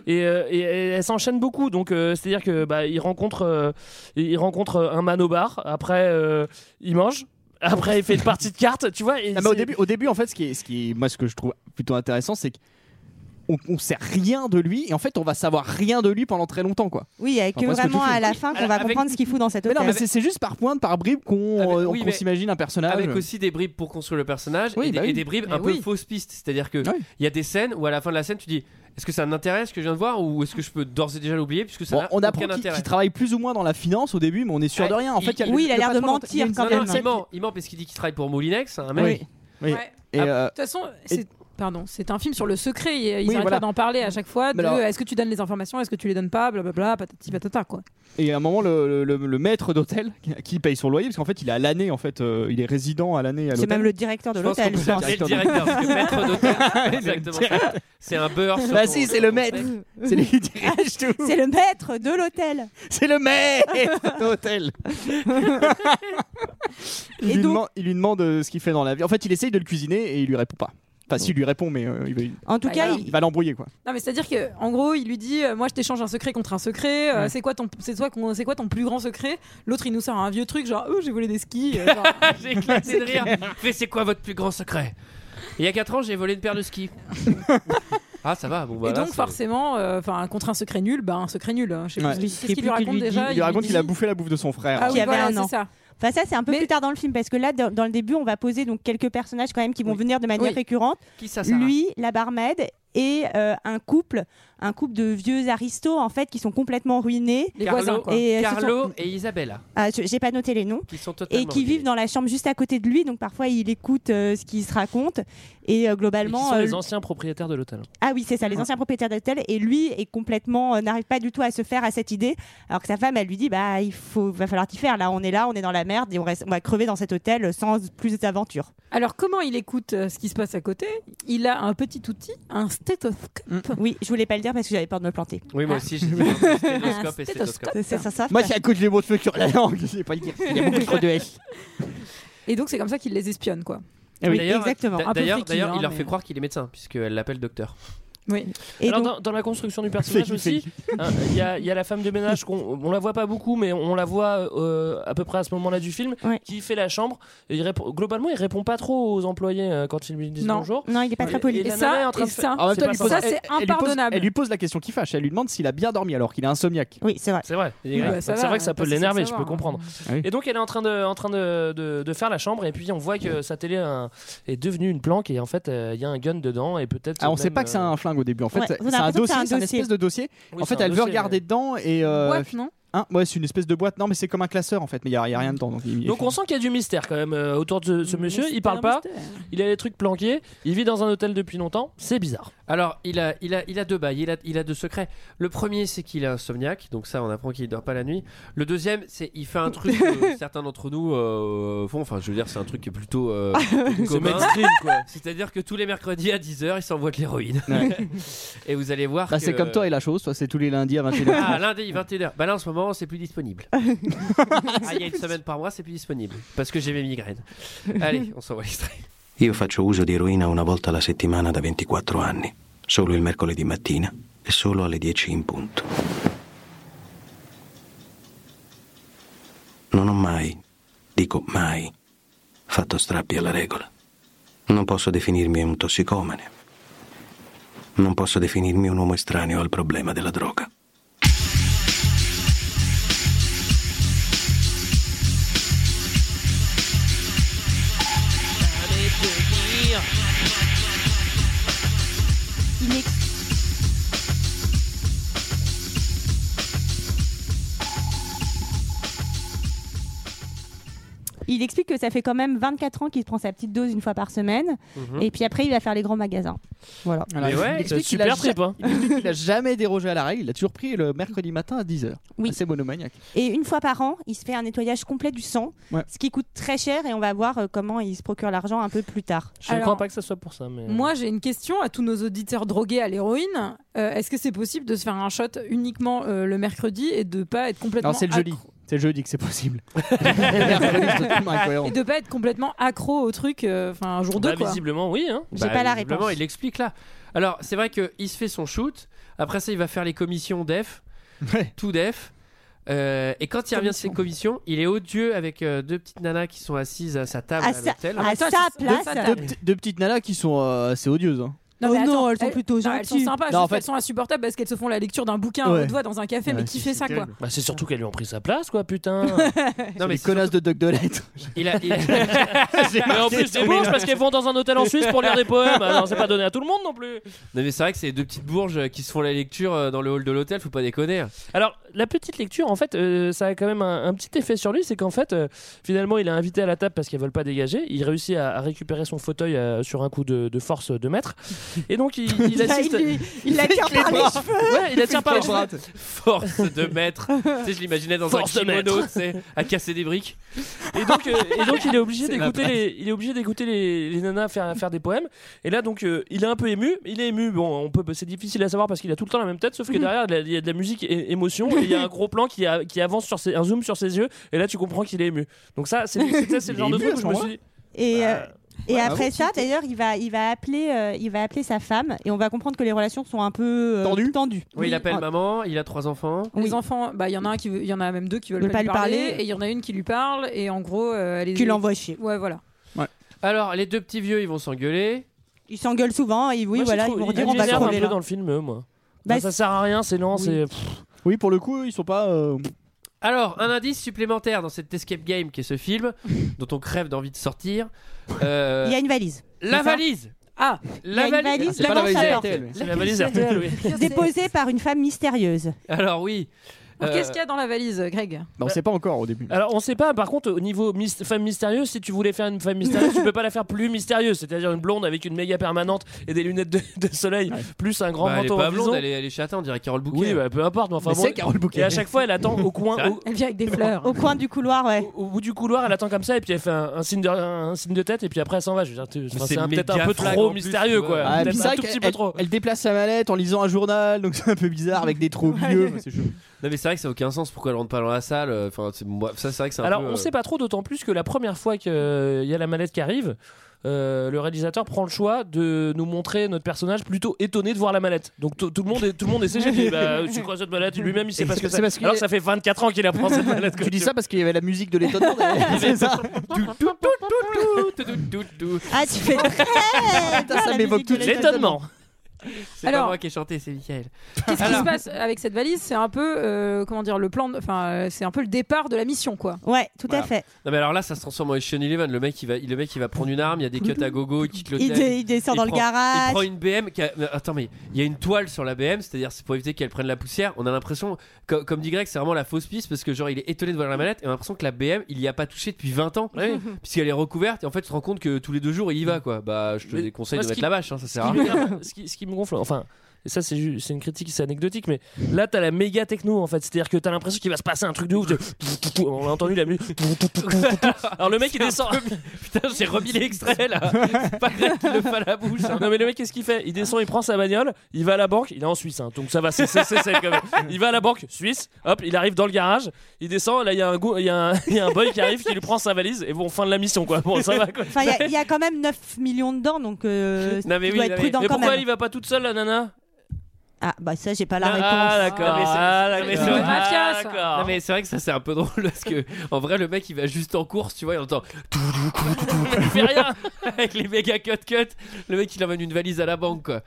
Speaker 9: Et, euh, et- et elles s'enchaînent beaucoup, donc euh, c'est-à-dire que bah, il rencontre, euh, il rencontre euh, un man au bar. Après, euh, il mange. Après, il fait une partie de cartes, tu vois. et
Speaker 6: Ah, mais au
Speaker 9: c'est-
Speaker 6: début, au début, en fait, ce qui, est, ce qui est- moi, ce que je trouve plutôt intéressant, c'est qu'on on sait rien de lui et en fait, on va savoir rien de lui pendant très longtemps, quoi.
Speaker 10: Oui, avec
Speaker 6: Enfin, presque
Speaker 10: vraiment
Speaker 6: tout.
Speaker 10: à la fin qu'on va
Speaker 1: euh, Avec-
Speaker 10: comprendre ce qu'il fout dans cet
Speaker 6: Mais non, mais
Speaker 10: hôtel.
Speaker 6: c'est- c'est juste par pointe, par bribe qu'on
Speaker 1: Ah, mais
Speaker 6: euh,
Speaker 1: oui,
Speaker 6: qu'on
Speaker 1: mais-
Speaker 6: s'imagine un personnage.
Speaker 1: Avec aussi des bribes pour construire le personnage
Speaker 6: Ah, Oui,
Speaker 1: et, des,
Speaker 6: bah oui.
Speaker 1: et des bribes
Speaker 7: Mais
Speaker 1: un peu
Speaker 7: oui.
Speaker 1: fausses pistes. C'est-à-dire que
Speaker 6: Oui.
Speaker 1: il y a des scènes où à la fin de la scène tu dis est-ce que ça m'intéresse ce que je viens de voir ou est-ce que je peux d'ores et déjà l'oublier puisque ça
Speaker 6: Bon,
Speaker 1: n'a
Speaker 6: on apprend
Speaker 1: aucun
Speaker 6: qu'il
Speaker 1: intérêt.
Speaker 6: qu'il travaille plus ou moins dans la finance au début, mais on est sûr
Speaker 1: Ah,
Speaker 6: de rien. En
Speaker 1: il-
Speaker 6: fait, y
Speaker 10: oui,
Speaker 6: le-
Speaker 10: il a
Speaker 6: le
Speaker 10: l'air de
Speaker 6: patron-
Speaker 10: mentir
Speaker 6: il y a
Speaker 10: quand
Speaker 6: une
Speaker 1: Non, non,
Speaker 10: même.
Speaker 1: il ment, il ment parce qu'il dit qu'il travaille pour Moulinex, un mec.
Speaker 6: Oui. Oui.
Speaker 7: Ouais.
Speaker 6: Et, euh,
Speaker 7: De toute façon, c'est- pardon, c'est un film sur le secret. Ils n'arrêtent
Speaker 6: Oui, voilà.
Speaker 7: pas d'en parler à chaque fois. de
Speaker 6: Mais alors-
Speaker 7: Est-ce que tu donnes les informations Est-ce que tu les donnes pas Blablabla, patati patata quoi.
Speaker 6: Et à un moment, le, le- le- le maître d'hôtel qui- qui paye son loyer, parce qu'en fait, il est à l'année, en fait, euh, il est résident à l'année à
Speaker 10: C'est même
Speaker 6: l'hôtel.
Speaker 10: le directeur de
Speaker 1: Je pense qu'on
Speaker 10: l'hôtel.
Speaker 1: peut
Speaker 10: je pense.
Speaker 1: s'appeler le directeur, parce que maître d'hôtel, c'est exactement ça. C'est un beurre. sur
Speaker 6: Bah
Speaker 1: ton-
Speaker 6: si,
Speaker 1: sur
Speaker 6: c'est le
Speaker 1: ton
Speaker 6: maître.
Speaker 1: steak.
Speaker 6: C'est lui qui dirige tout.
Speaker 10: Ah, C'est le maître de l'hôtel.
Speaker 6: C'est le maître d'hôtel. il,
Speaker 10: Et donc-
Speaker 6: lui demande- il lui demande euh, ce qu'il fait dans la vie. En fait, il essaye de le cuisiner et il lui répond pas. Enfin, s'il lui répond, mais euh, il va,
Speaker 10: En tout
Speaker 1: Ah,
Speaker 7: Bah,
Speaker 10: cas,
Speaker 7: alors.
Speaker 10: il-
Speaker 6: il va l'embrouiller quoi.
Speaker 7: Non mais c'est à dire que en gros, il lui dit euh, moi je t'échange un secret contre un secret. euh,
Speaker 6: Ouais.
Speaker 7: C'est quoi ton c'est toi qu'on- c'est quoi ton plus grand secret L'autre il nous sort un vieux truc genre oh j'ai volé des skis. euh, genre.
Speaker 1: J'ai éclaté de rire. Fais, c'est quoi votre plus grand secret Il y a 4 ans, j'ai volé une paire de skis. ah, ça va, bon bah.
Speaker 7: Et
Speaker 1: là,
Speaker 7: donc
Speaker 1: c'est-
Speaker 7: forcément, euh, enfin contre un secret nul, bah un secret nul. hein. Je sais
Speaker 6: Ouais.
Speaker 7: plus ce qu'il- qu'est-ce qu'il
Speaker 10: Il
Speaker 7: lui raconte déjà.
Speaker 6: Il lui raconte
Speaker 7: dit-
Speaker 6: qu'il a bouffé la bouffe de son frère.
Speaker 7: Ah
Speaker 10: Qui
Speaker 7: oui,
Speaker 10: avait
Speaker 7: voilà,
Speaker 10: un an.
Speaker 7: c'est ça.
Speaker 10: Enfin, ça, c'est un peu plus tard dans le film, parce que là, dans, dans le début, on va poser donc quelques personnages quand même qui vont venir de manière
Speaker 1: Oui.
Speaker 10: récurrente.
Speaker 1: Qui ça, Sarah
Speaker 10: Lui, la barmaid et euh, un couple, un couple de vieux aristos en fait qui sont complètement ruinés.
Speaker 1: Carlo,
Speaker 10: Et, euh, ce
Speaker 1: Carlo
Speaker 10: sont-
Speaker 1: et Isabella,
Speaker 10: Ah, je- j'ai pas noté les noms
Speaker 1: qui sont totalement
Speaker 10: et qui
Speaker 1: ruinés.
Speaker 10: vivent dans la chambre juste à côté de lui. Donc parfois il écoute euh, ce qu'il se raconte et euh,
Speaker 9: Qui
Speaker 10: globalement.
Speaker 9: sont
Speaker 10: euh,
Speaker 9: les anciens propriétaires de l'hôtel.
Speaker 10: ah oui, c'est ça, les anciens propriétaires d'hôtel. Et lui est complètement, euh, n'arrive pas du tout à se faire à cette idée. Alors que sa femme, elle lui dit, bah, il faut, va falloir t'y faire. Là, on est là, on est dans la merde et on, reste- on va crever dans cet hôtel sans plus d'aventure.
Speaker 7: Alors, comment il écoute euh, ce qui se passe à côté Il a un petit outil, un stéthoscope.
Speaker 10: Oui, je voulais pas le dire parce que j'avais peur de me planter.
Speaker 1: Oui, moi aussi, j'ai dit stéthoscope et stéthoscope.
Speaker 10: C'est ça, ça.
Speaker 6: Moi, c'est à cause des mots de feu sur la langue, je sais pas le dire. Il y a beaucoup trop de S.
Speaker 7: Et donc, c'est comme ça qu'il les espionne, quoi.
Speaker 6: Oui,
Speaker 1: D'ailleurs,
Speaker 10: exactement.
Speaker 1: d'a-
Speaker 7: Un peu
Speaker 1: D'ailleurs,
Speaker 7: freaky,
Speaker 1: d'ailleurs,
Speaker 7: hein,
Speaker 1: il leur
Speaker 7: mais-
Speaker 1: fait croire qu'il est médecin, puisqu'elle l'appelle docteur.
Speaker 7: Oui.
Speaker 10: Et
Speaker 9: Alors,
Speaker 10: donc-
Speaker 9: dans, dans la construction du personnage
Speaker 6: Fake,
Speaker 9: aussi, hein, il y, a- il y a la femme de ménage qu'on on la voit pas beaucoup, mais on la voit euh, à peu près à ce moment-là du film,
Speaker 10: Ouais.
Speaker 9: qui fait la chambre. Et il répond- globalement, il répond pas trop aux employés euh, quand ils lui disent
Speaker 7: Non.
Speaker 9: bonjour.
Speaker 10: Non, il est pas très poli.
Speaker 9: Et
Speaker 7: Et
Speaker 9: la nana est
Speaker 7: ça,
Speaker 9: en train
Speaker 7: et
Speaker 9: de faire-
Speaker 7: ça,
Speaker 6: En même
Speaker 9: C'est pas
Speaker 6: temps, il lui
Speaker 9: ça.
Speaker 6: pose-
Speaker 7: Ça,
Speaker 6: elle-
Speaker 7: c'est
Speaker 6: elle lui pose-
Speaker 7: impardonnable.
Speaker 6: Elle lui pose la question qui fâche. Elle lui demande s'il a bien dormi alors qu'il a un somniac.
Speaker 10: Oui, c'est vrai.
Speaker 9: C'est vrai. Il est
Speaker 7: Oui,
Speaker 9: grave.
Speaker 7: bah, ça
Speaker 9: c'est
Speaker 7: va,
Speaker 9: vrai que ça peut
Speaker 7: pas censé
Speaker 9: l'énerver, je
Speaker 7: savoir,
Speaker 9: peux
Speaker 7: hein.
Speaker 9: comprendre.
Speaker 6: Ah oui.
Speaker 9: Et donc elle est en train de, en train de, de- de faire la chambre et puis on voit que sa télé euh, est devenue une planque et en fait euh, il y a un gun dedans et peut-être.
Speaker 6: Ah, on
Speaker 9: même,
Speaker 6: sait pas que c'est
Speaker 9: euh,
Speaker 6: un flingue au début. En fait,
Speaker 10: Ouais, on a
Speaker 6: c'est un
Speaker 10: l'impression que
Speaker 6: dossier,
Speaker 10: c'est un
Speaker 6: c'est une
Speaker 10: dossier.
Speaker 6: espèce de dossier.
Speaker 9: oui,
Speaker 6: en
Speaker 9: c'est
Speaker 6: fait,
Speaker 9: un
Speaker 6: elle veut
Speaker 9: dossier,
Speaker 6: regarder
Speaker 9: mais-
Speaker 6: dedans et. euh,
Speaker 7: Boîte, non
Speaker 6: hein, ouais, c'est une espèce de boîte. Non, mais c'est comme un classeur en fait. Mais il y, a- il y a rien dedans. Donc, il-
Speaker 9: Donc on sent qu'il y a du mystère quand même euh, autour de
Speaker 7: Mm,
Speaker 9: ce, ce monsieur. Il parle pas,
Speaker 7: Mystère.
Speaker 9: il a des trucs planqués, il vit dans un hôtel depuis longtemps. C'est bizarre.
Speaker 1: Alors, il a, il a, il a deux bails, il a, il a deux secrets. Le premier, c'est qu'il a un somniac, donc ça, on apprend qu'il dort pas la nuit. Le deuxième, c'est il fait un truc que certains d'entre nous euh, font. Enfin, je veux dire, c'est un truc qui est plutôt euh, commun. C'est-à-dire que tous les mercredis à 10h, il s'envoie de l'héroïne.
Speaker 6: Ouais.
Speaker 1: et vous allez voir.
Speaker 6: Bah, c'est
Speaker 1: que-
Speaker 6: comme toi et la chose. Toi, c'est tous les lundis à 21h.
Speaker 1: Ah, lundi 21h. Bah là, en ce moment, c'est plus disponible. Ah, Il y a une semaine par mois, c'est plus disponible. Parce que j'ai mes migraines. Allez, on s'envoie l'extrait.
Speaker 8: Io faccio uso di eroina una volta alla settimana da 24 anni, solo il mercoledì mattina e solo alle 10 in punto. Non ho mai, dico mai, fatto strappi alla regola. Non posso definirmi un tossicomane. Non posso definirmi un uomo estraneo al problema della droga.
Speaker 10: Il est- Il explique que ça fait quand même 24 ans qu'il prend sa petite dose une fois par semaine. Et puis après, il va faire les grands magasins.
Speaker 6: Voilà.
Speaker 1: Mais ouais,
Speaker 6: il
Speaker 9: C'est
Speaker 6: explique qu'il a,
Speaker 9: super
Speaker 6: ja-
Speaker 9: trip. Hein.
Speaker 6: il explique qu'il a jamais dérogé à la règle. Il a toujours pris le mercredi matin à 10h.
Speaker 10: Oui.
Speaker 6: C'est monomaniaque.
Speaker 10: Et une fois par an, il se fait un nettoyage complet du sang,
Speaker 6: Ouais.
Speaker 10: ce qui coûte très cher. Et on va voir euh, comment il se procure l'argent un peu plus tard.
Speaker 9: Je ne
Speaker 7: Alors,
Speaker 9: crois pas que ça soit pour ça. Mais...
Speaker 7: Moi, j'ai une question à tous nos auditeurs drogués à l'héroïne. Euh, Est-ce que c'est possible de se faire un shot uniquement euh, le mercredi et de pas être complètement
Speaker 6: Non, c'est le jeudi.
Speaker 7: accro-
Speaker 6: C'est le jeudi que c'est possible. Mercredi, c'est totalement incohérent.
Speaker 7: et de pas être complètement accro au truc, euh, enfin un jour
Speaker 9: Bah,
Speaker 7: deux quoi.
Speaker 9: visiblement, oui. hein.
Speaker 10: J'ai pas la
Speaker 1: Bah, visiblement,
Speaker 10: réponse.
Speaker 1: il l'explique là. Alors, c'est vrai qu'il se fait son shoot. Après ça, il va faire les commissions def,
Speaker 6: Ouais.
Speaker 1: tout def. Euh, et quand il revient de ses commissions, il est odieux avec euh, deux petites nanas qui sont assises à sa table à,
Speaker 10: À sa,
Speaker 1: Ah, bah,
Speaker 10: Ah.
Speaker 1: l'hôtel.
Speaker 10: à
Speaker 7: Attends,
Speaker 10: sa
Speaker 7: c'est-
Speaker 10: place,
Speaker 7: ça
Speaker 6: Deux, p'ti- deux petites nanas qui sont euh, assez odieuses. hein.
Speaker 10: Oh
Speaker 7: mais
Speaker 10: non, elles sont plutôt
Speaker 7: non, Elles sont
Speaker 10: gentilles.
Speaker 7: sympas,
Speaker 6: Non,
Speaker 7: juste
Speaker 6: en fait-
Speaker 7: elles sont insupportables parce qu'elles se font la lecture d'un bouquin
Speaker 6: Ouais.
Speaker 7: au doigt dans un café, mais
Speaker 6: Ouais,
Speaker 7: qui
Speaker 6: c'est-
Speaker 7: fait
Speaker 6: c'est
Speaker 7: ça quoi
Speaker 6: terrible.
Speaker 9: Bah, c'est surtout qu'elle lui a pris sa place, quoi, putain.
Speaker 1: Non, mais
Speaker 6: les
Speaker 1: c'est
Speaker 6: connasses de Doc Dolette.
Speaker 1: surtout- il a, il-
Speaker 9: mais en plus, c'est bourges parce qu'elles vont dans un hôtel en Suisse pour lire des poèmes. Alors, c'est pas donné à tout le monde non plus.
Speaker 1: Non, mais c'est vrai que c'est deux petites bourges qui se font la lecture euh, dans le hall de l'hôtel, faut pas déconner. hein.
Speaker 9: Alors, la petite lecture, en fait, euh, ça a quand même un, un petit effet sur lui, c'est qu'en fait, euh, finalement, il est invité à la table parce qu'ils veulent pas dégager. Il réussit à, à récupérer son fauteuil euh, sur un coup de, de force de maître. Et donc, il, il assiste.
Speaker 10: Bah, il, il la tire par les cheveux.
Speaker 9: Ouais, il attire par les cheveux.
Speaker 6: Doc
Speaker 1: Force de maître. tu sais, je l'imaginais dans
Speaker 9: Force de
Speaker 1: un kimono,
Speaker 9: maître.
Speaker 1: tu sais, à casser des briques.
Speaker 9: Et donc, euh, et donc, il est obligé
Speaker 1: C'est la
Speaker 9: d'écouter les, il est obligé d'écouter les, les nanas faire, faire des poèmes. Et là, donc, euh, il est un peu ému. Il est ému. Bon, on peut, c'est difficile à savoir parce qu'il a tout le temps la même tête, sauf que derrière, il y a- il y a de la musique et émotion. Et il y a un gros plan qui, a- qui avance sur ses, un zoom sur ses yeux. Et là, tu comprends qu'il est ému. Donc ça, c'est, c'est- ça, c'est le
Speaker 6: Il
Speaker 9: genre
Speaker 6: est
Speaker 9: de truc
Speaker 6: ému
Speaker 9: où
Speaker 6: à ce
Speaker 9: je me
Speaker 6: moment-là
Speaker 9: suis dit, ah.
Speaker 10: Et, euh, et
Speaker 6: bah,
Speaker 10: après
Speaker 6: bon,
Speaker 10: ça, d'ailleurs, il va, il va appeler, euh, il va appeler sa femme, et on va comprendre que les relations sont un peu euh,
Speaker 6: Tendues.
Speaker 10: tendues.
Speaker 1: Oui, il appelle
Speaker 10: Ah,
Speaker 1: maman, il a trois enfants.
Speaker 7: Les enfants, bah il y en a un qui, veut- il y en a même deux qui veulent
Speaker 10: Veulent
Speaker 7: pas, lui parler, et il y en a une qui lui parle et en gros euh, elle est.
Speaker 10: Tu l'envoies chier.
Speaker 7: Ouais voilà.
Speaker 1: Alors, les deux petits vieux, ils vont s'engueuler.
Speaker 10: Ils s'engueulent souvent. Et oui,
Speaker 9: moi, je
Speaker 10: voilà, ils
Speaker 9: trouve-
Speaker 10: vont
Speaker 9: il
Speaker 10: dire on va
Speaker 9: m'énerve un
Speaker 10: crever
Speaker 9: peu
Speaker 10: là.
Speaker 9: dans le film, euh, moi.
Speaker 10: Bah,
Speaker 9: Enfin, ça sert à rien, c'est lent,
Speaker 10: Oui.
Speaker 9: c'est.
Speaker 6: Oui, pour le coup, ils sont pas. euh,
Speaker 1: Alors, un indice supplémentaire dans cet escape game qui est ce film, dont on crève d'envie de sortir. Euh,
Speaker 10: Il y a une valise. c'est
Speaker 1: La
Speaker 10: ça
Speaker 1: valise
Speaker 10: Ah,
Speaker 1: La
Speaker 10: il y a une
Speaker 1: valise-
Speaker 10: valise
Speaker 1: C'est pas la
Speaker 10: devant
Speaker 1: valise
Speaker 10: sa porte.
Speaker 1: RTL, c'est la valise RTL,
Speaker 10: euh,
Speaker 1: oui.
Speaker 10: Déposée par une femme mystérieuse.
Speaker 1: Alors oui. bah,
Speaker 9: Euh,
Speaker 7: Qu'est-ce qu'il y a dans la valise, Greg
Speaker 6: on sait pas encore au début.
Speaker 9: Alors, on sait pas, par contre, au niveau mys- femme mystérieuse, si tu voulais faire une femme mystérieuse, tu peux pas la faire plus mystérieuse, c'est-à-dire une blonde avec une méga permanente et des lunettes de, de soleil, plus un grand
Speaker 1: Bah, elle est
Speaker 9: manteau
Speaker 1: pas
Speaker 9: en
Speaker 1: blonde,
Speaker 9: blouson.
Speaker 1: elle est, elle est châtain, on dirait Carole Bouquet.
Speaker 9: Oui, bah, peu importe, mais enfin
Speaker 1: Mais
Speaker 9: bon.
Speaker 1: c'est Carole Bouquet.
Speaker 9: Et à chaque fois, elle attend au coin. Au,
Speaker 7: Elle vient avec des fleurs.
Speaker 10: Au coin du couloir, ouais.
Speaker 9: au bout du couloir, elle attend comme ça, et puis elle fait un, un signe, de, un, un signe de tête, et puis après elle s'en va. Je veux dire, tu- enfin,
Speaker 1: c'est
Speaker 9: c'est un- peut-être
Speaker 1: méga
Speaker 9: un peu
Speaker 1: flag en
Speaker 9: trop
Speaker 1: plus,
Speaker 9: mystérieux,
Speaker 1: tu
Speaker 9: quoi.
Speaker 1: vois.
Speaker 6: Ah,
Speaker 9: Peut-être
Speaker 6: puis c'est
Speaker 9: un
Speaker 6: vrai
Speaker 9: tout
Speaker 6: qu'elle-
Speaker 9: petit peu
Speaker 6: elle,
Speaker 9: trop.
Speaker 6: elle déplace sa mallette en lisant un journal, donc c'est un peu bizarre avec des trous au milieu. mais c'est chelou.
Speaker 1: Non mais c'est vrai que ça n'a aucun sens. Pourquoi elle rentre pas dans la salle euh, Enfin, c'est- moi, ça c'est vrai que c'est un
Speaker 9: Alors,
Speaker 1: peu,
Speaker 9: on
Speaker 1: euh,
Speaker 9: sait pas trop, d'autant plus que la première fois qu'il y a la mallette qui arrive, euh, le réalisateur prend le choix de nous montrer notre personnage plutôt étonné de voir la mallette. Donc tout tout le monde est tout le monde est CGP. Bah, c'est quoi cette mallette Lui-même il sait
Speaker 6: Et
Speaker 9: pas ce que
Speaker 6: c'est
Speaker 9: c'est.
Speaker 6: parce qu'il
Speaker 9: Alors
Speaker 6: est-
Speaker 9: ça fait 24 ans qu'il apprend cette mallette.
Speaker 6: Tu dis ça parce qu'il y avait la musique de l'étonnement. derrière, c'est ça.
Speaker 1: tout, tout, tout, tout, tout.
Speaker 10: Ah, tu fais très bien
Speaker 6: Ça
Speaker 10: la
Speaker 6: m'évoque
Speaker 10: musique
Speaker 6: tout
Speaker 10: de
Speaker 6: de suite.
Speaker 9: L'étonnement.
Speaker 1: C'est pas
Speaker 7: Alors-
Speaker 1: moi qui ai chanté, c'est Michael.
Speaker 7: Qu'est-ce qui
Speaker 1: Alors-
Speaker 7: se passe avec cette valise C'est un peu, euh, comment dire, le plan. de- Enfin, euh, c'est un peu le départ de la mission, quoi.
Speaker 10: Ouais, tout
Speaker 1: Voilà.
Speaker 10: à fait.
Speaker 1: Non mais alors là, ça se transforme en Ocean Eleven. Le mec, il va, le mec, il va prendre une arme. Il y a des cuts à gogo, il quitte
Speaker 10: Il,
Speaker 1: l'hôtel.
Speaker 10: dé- il descend
Speaker 1: Il
Speaker 10: dans
Speaker 1: prend-
Speaker 10: le
Speaker 1: Il prend
Speaker 10: garage.
Speaker 1: une BM. qui a- mais Attends, mais il y a une toile sur la BM, c'est-à-dire c'est pour éviter qu'elle prenne la poussière. On a l'impression, co- comme dit Greg, c'est vraiment la fausse piste parce que genre il est étonné de voir la mallette et on a l'impression que la BM il y a pas touché depuis 20 ans puisqu'elle est recouverte. Et en fait, tu te rends compte que tous les deux jours il y va quoi. Bah, je te
Speaker 9: Mais
Speaker 1: déconseille
Speaker 9: moi,
Speaker 1: de
Speaker 9: ce
Speaker 1: mettre
Speaker 9: qui-
Speaker 1: la vache, hein, ça sert à
Speaker 9: Ce qui
Speaker 1: rien.
Speaker 9: m'énerve- ce, qui, ce qui me gonfle, enfin, et ça c'est ju- c'est une critique, c'est anecdotique, mais là t'as la méga techno en fait, c'est-à-dire que t'as l'impression qu'il va se passer un truc de ouf. de- On a entendu la musique. Alors le mec il descend.
Speaker 1: Putain, j'ai remis l'extrait là. C'est pas Greg qui le fait à la bouche. hein.
Speaker 9: Non mais le mec qu'est-ce qu'il fait Il descend, il prend sa bagnole, il va à la banque, il est en Suisse, hein, donc ça va, c'est c'est- c'est safe quand même. Il va à la banque suisse, hop, il arrive dans le garage, il descend, là il y a un go- il y, a un- il y a un boy qui arrive, qui lui prend sa valise, et bon fin de la mission quoi. Bon ça va quoi.
Speaker 10: Enfin, il y a- il y, a quand même 9 millions dedans, donc euh,
Speaker 1: Non, mais oui,
Speaker 10: tu dois
Speaker 1: non,
Speaker 10: être
Speaker 1: mais-
Speaker 10: prudent
Speaker 9: Mais
Speaker 10: quand
Speaker 9: pourquoi elle
Speaker 10: même.
Speaker 9: y va pas toute seule la nana
Speaker 10: Ah, bah ça, j'ai pas la
Speaker 9: Ah
Speaker 10: réponse.
Speaker 9: d'accord,
Speaker 1: mais c'est-
Speaker 9: ah
Speaker 1: non, mais
Speaker 9: d'accord,
Speaker 1: c'est
Speaker 7: le
Speaker 9: ah,
Speaker 7: mafia, ça.
Speaker 9: d'accord.
Speaker 1: Non mais c'est vrai que ça c'est un peu drôle parce que en vrai le mec il va juste en course tu vois il entend tout tout, tout, tout, tout.
Speaker 9: Il fait rien.
Speaker 1: avec les méga cut cut le mec il emmène une valise à la banque quoi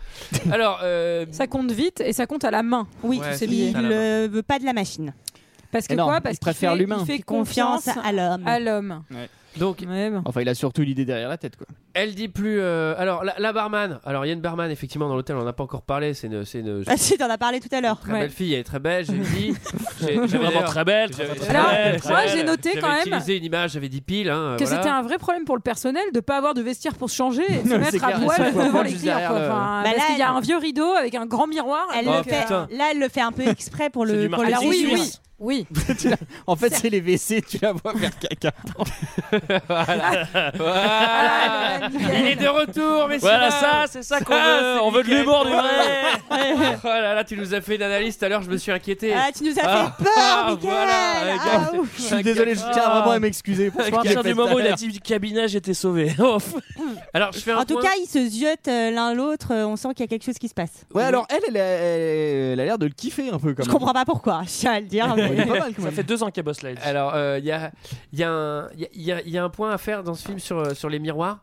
Speaker 1: alors euh,
Speaker 7: Ça compte vite et ça compte à la main.
Speaker 10: Oui,
Speaker 1: Ouais,
Speaker 7: c'est
Speaker 10: il
Speaker 1: bien.
Speaker 10: ne veut pas de la machine.
Speaker 7: Parce que
Speaker 6: Et non,
Speaker 7: quoi
Speaker 6: il
Speaker 7: Parce qu'il
Speaker 6: préfère
Speaker 7: fait-
Speaker 6: l'humain.
Speaker 7: Il fait
Speaker 10: Confiance
Speaker 7: confiance
Speaker 10: à l'homme.
Speaker 7: à l'homme.
Speaker 1: donc
Speaker 7: Ouais, bon.
Speaker 6: Enfin, il a surtout l'idée derrière la tête, quoi.
Speaker 1: elle dit plus euh, alors la, la barman alors il y a une barman effectivement dans l'hôtel on en a pas encore parlé c'est une, c'est une
Speaker 10: Ah, si, t'en as parlé tout à l'heure.
Speaker 1: très
Speaker 7: ouais.
Speaker 1: belle fille elle est très belle j'ai dit j'ai
Speaker 9: Elle est
Speaker 1: j'avais
Speaker 9: vraiment
Speaker 1: d'ailleurs-
Speaker 9: très belle. très,
Speaker 1: j'avais-
Speaker 9: très, très
Speaker 7: Alors,
Speaker 9: belle, très
Speaker 7: moi,
Speaker 9: belle.
Speaker 7: j'ai noté
Speaker 1: j'avais
Speaker 7: quand même
Speaker 1: utilisé une image j'avais dit pile hein,
Speaker 7: Que
Speaker 1: voilà.
Speaker 7: c'était un vrai problème pour le personnel de pas avoir de vestiaire pour se changer et de se
Speaker 6: C'est
Speaker 7: mettre
Speaker 6: clair,
Speaker 7: à
Speaker 6: ils
Speaker 7: poil
Speaker 6: sont à
Speaker 7: devant
Speaker 6: poil
Speaker 7: les
Speaker 6: juste
Speaker 7: clients.
Speaker 6: derrière
Speaker 7: quoi.
Speaker 6: le-
Speaker 7: Enfin,
Speaker 10: Bah
Speaker 7: parce
Speaker 10: là,
Speaker 7: qu'il y a
Speaker 10: elle-
Speaker 7: un vieux rideau avec un grand miroir.
Speaker 10: Elle
Speaker 1: Oh,
Speaker 10: le fait,
Speaker 1: putain.
Speaker 10: là, elle le fait un peu exprès pour
Speaker 9: C'est
Speaker 10: le
Speaker 9: du
Speaker 10: pour la
Speaker 9: marketing
Speaker 7: Alors oui, oui,
Speaker 9: suisse.
Speaker 7: oui.
Speaker 6: En fait, c'est les WC, tu la vois faire caca.
Speaker 1: Voilà.
Speaker 7: Ah,
Speaker 1: il est de retour messieurs
Speaker 9: Voilà ça, c'est ça qu'on
Speaker 1: Ah,
Speaker 9: veut.
Speaker 1: c'est
Speaker 9: On veut de
Speaker 1: nickel.
Speaker 9: l'humour du vrai.
Speaker 1: oh là là tu nous as fait une analyse tout à l'heure je me suis inquiété
Speaker 10: Ah, tu nous as fait
Speaker 1: Ah,
Speaker 10: peur,
Speaker 1: ah,
Speaker 10: Mickaël
Speaker 1: voilà,
Speaker 10: Ah,
Speaker 1: regarde.
Speaker 10: ouf.
Speaker 6: Je suis désolé, je tiens vraiment à m'excuser. pour ce
Speaker 9: À
Speaker 6: que j'ai
Speaker 9: partir
Speaker 6: fait
Speaker 9: du
Speaker 6: tout à
Speaker 9: moment où il a
Speaker 6: l'heure.
Speaker 9: dit du cabinet, j'étais sauvé. Oh, f-
Speaker 1: alors je fais un
Speaker 10: En tout
Speaker 1: point.
Speaker 10: cas, ils se ziotent euh, l'un l'autre. euh, On sent qu'il y a quelque chose qui se passe.
Speaker 6: Ouais, alors elle, elle a, elle a l'air de le kiffer un peu, quand
Speaker 10: Je
Speaker 6: même.
Speaker 10: comprends pas pourquoi, je tiens à le dire.
Speaker 6: Elle est
Speaker 10: mais-
Speaker 6: pas mal, quand
Speaker 9: ça
Speaker 6: même.
Speaker 9: fait deux ans qu'elle bosse là. elle dit.
Speaker 1: Alors, il y, a, y, a un- y a- y a- y a un point à faire dans ce film sur, euh, sur les miroirs.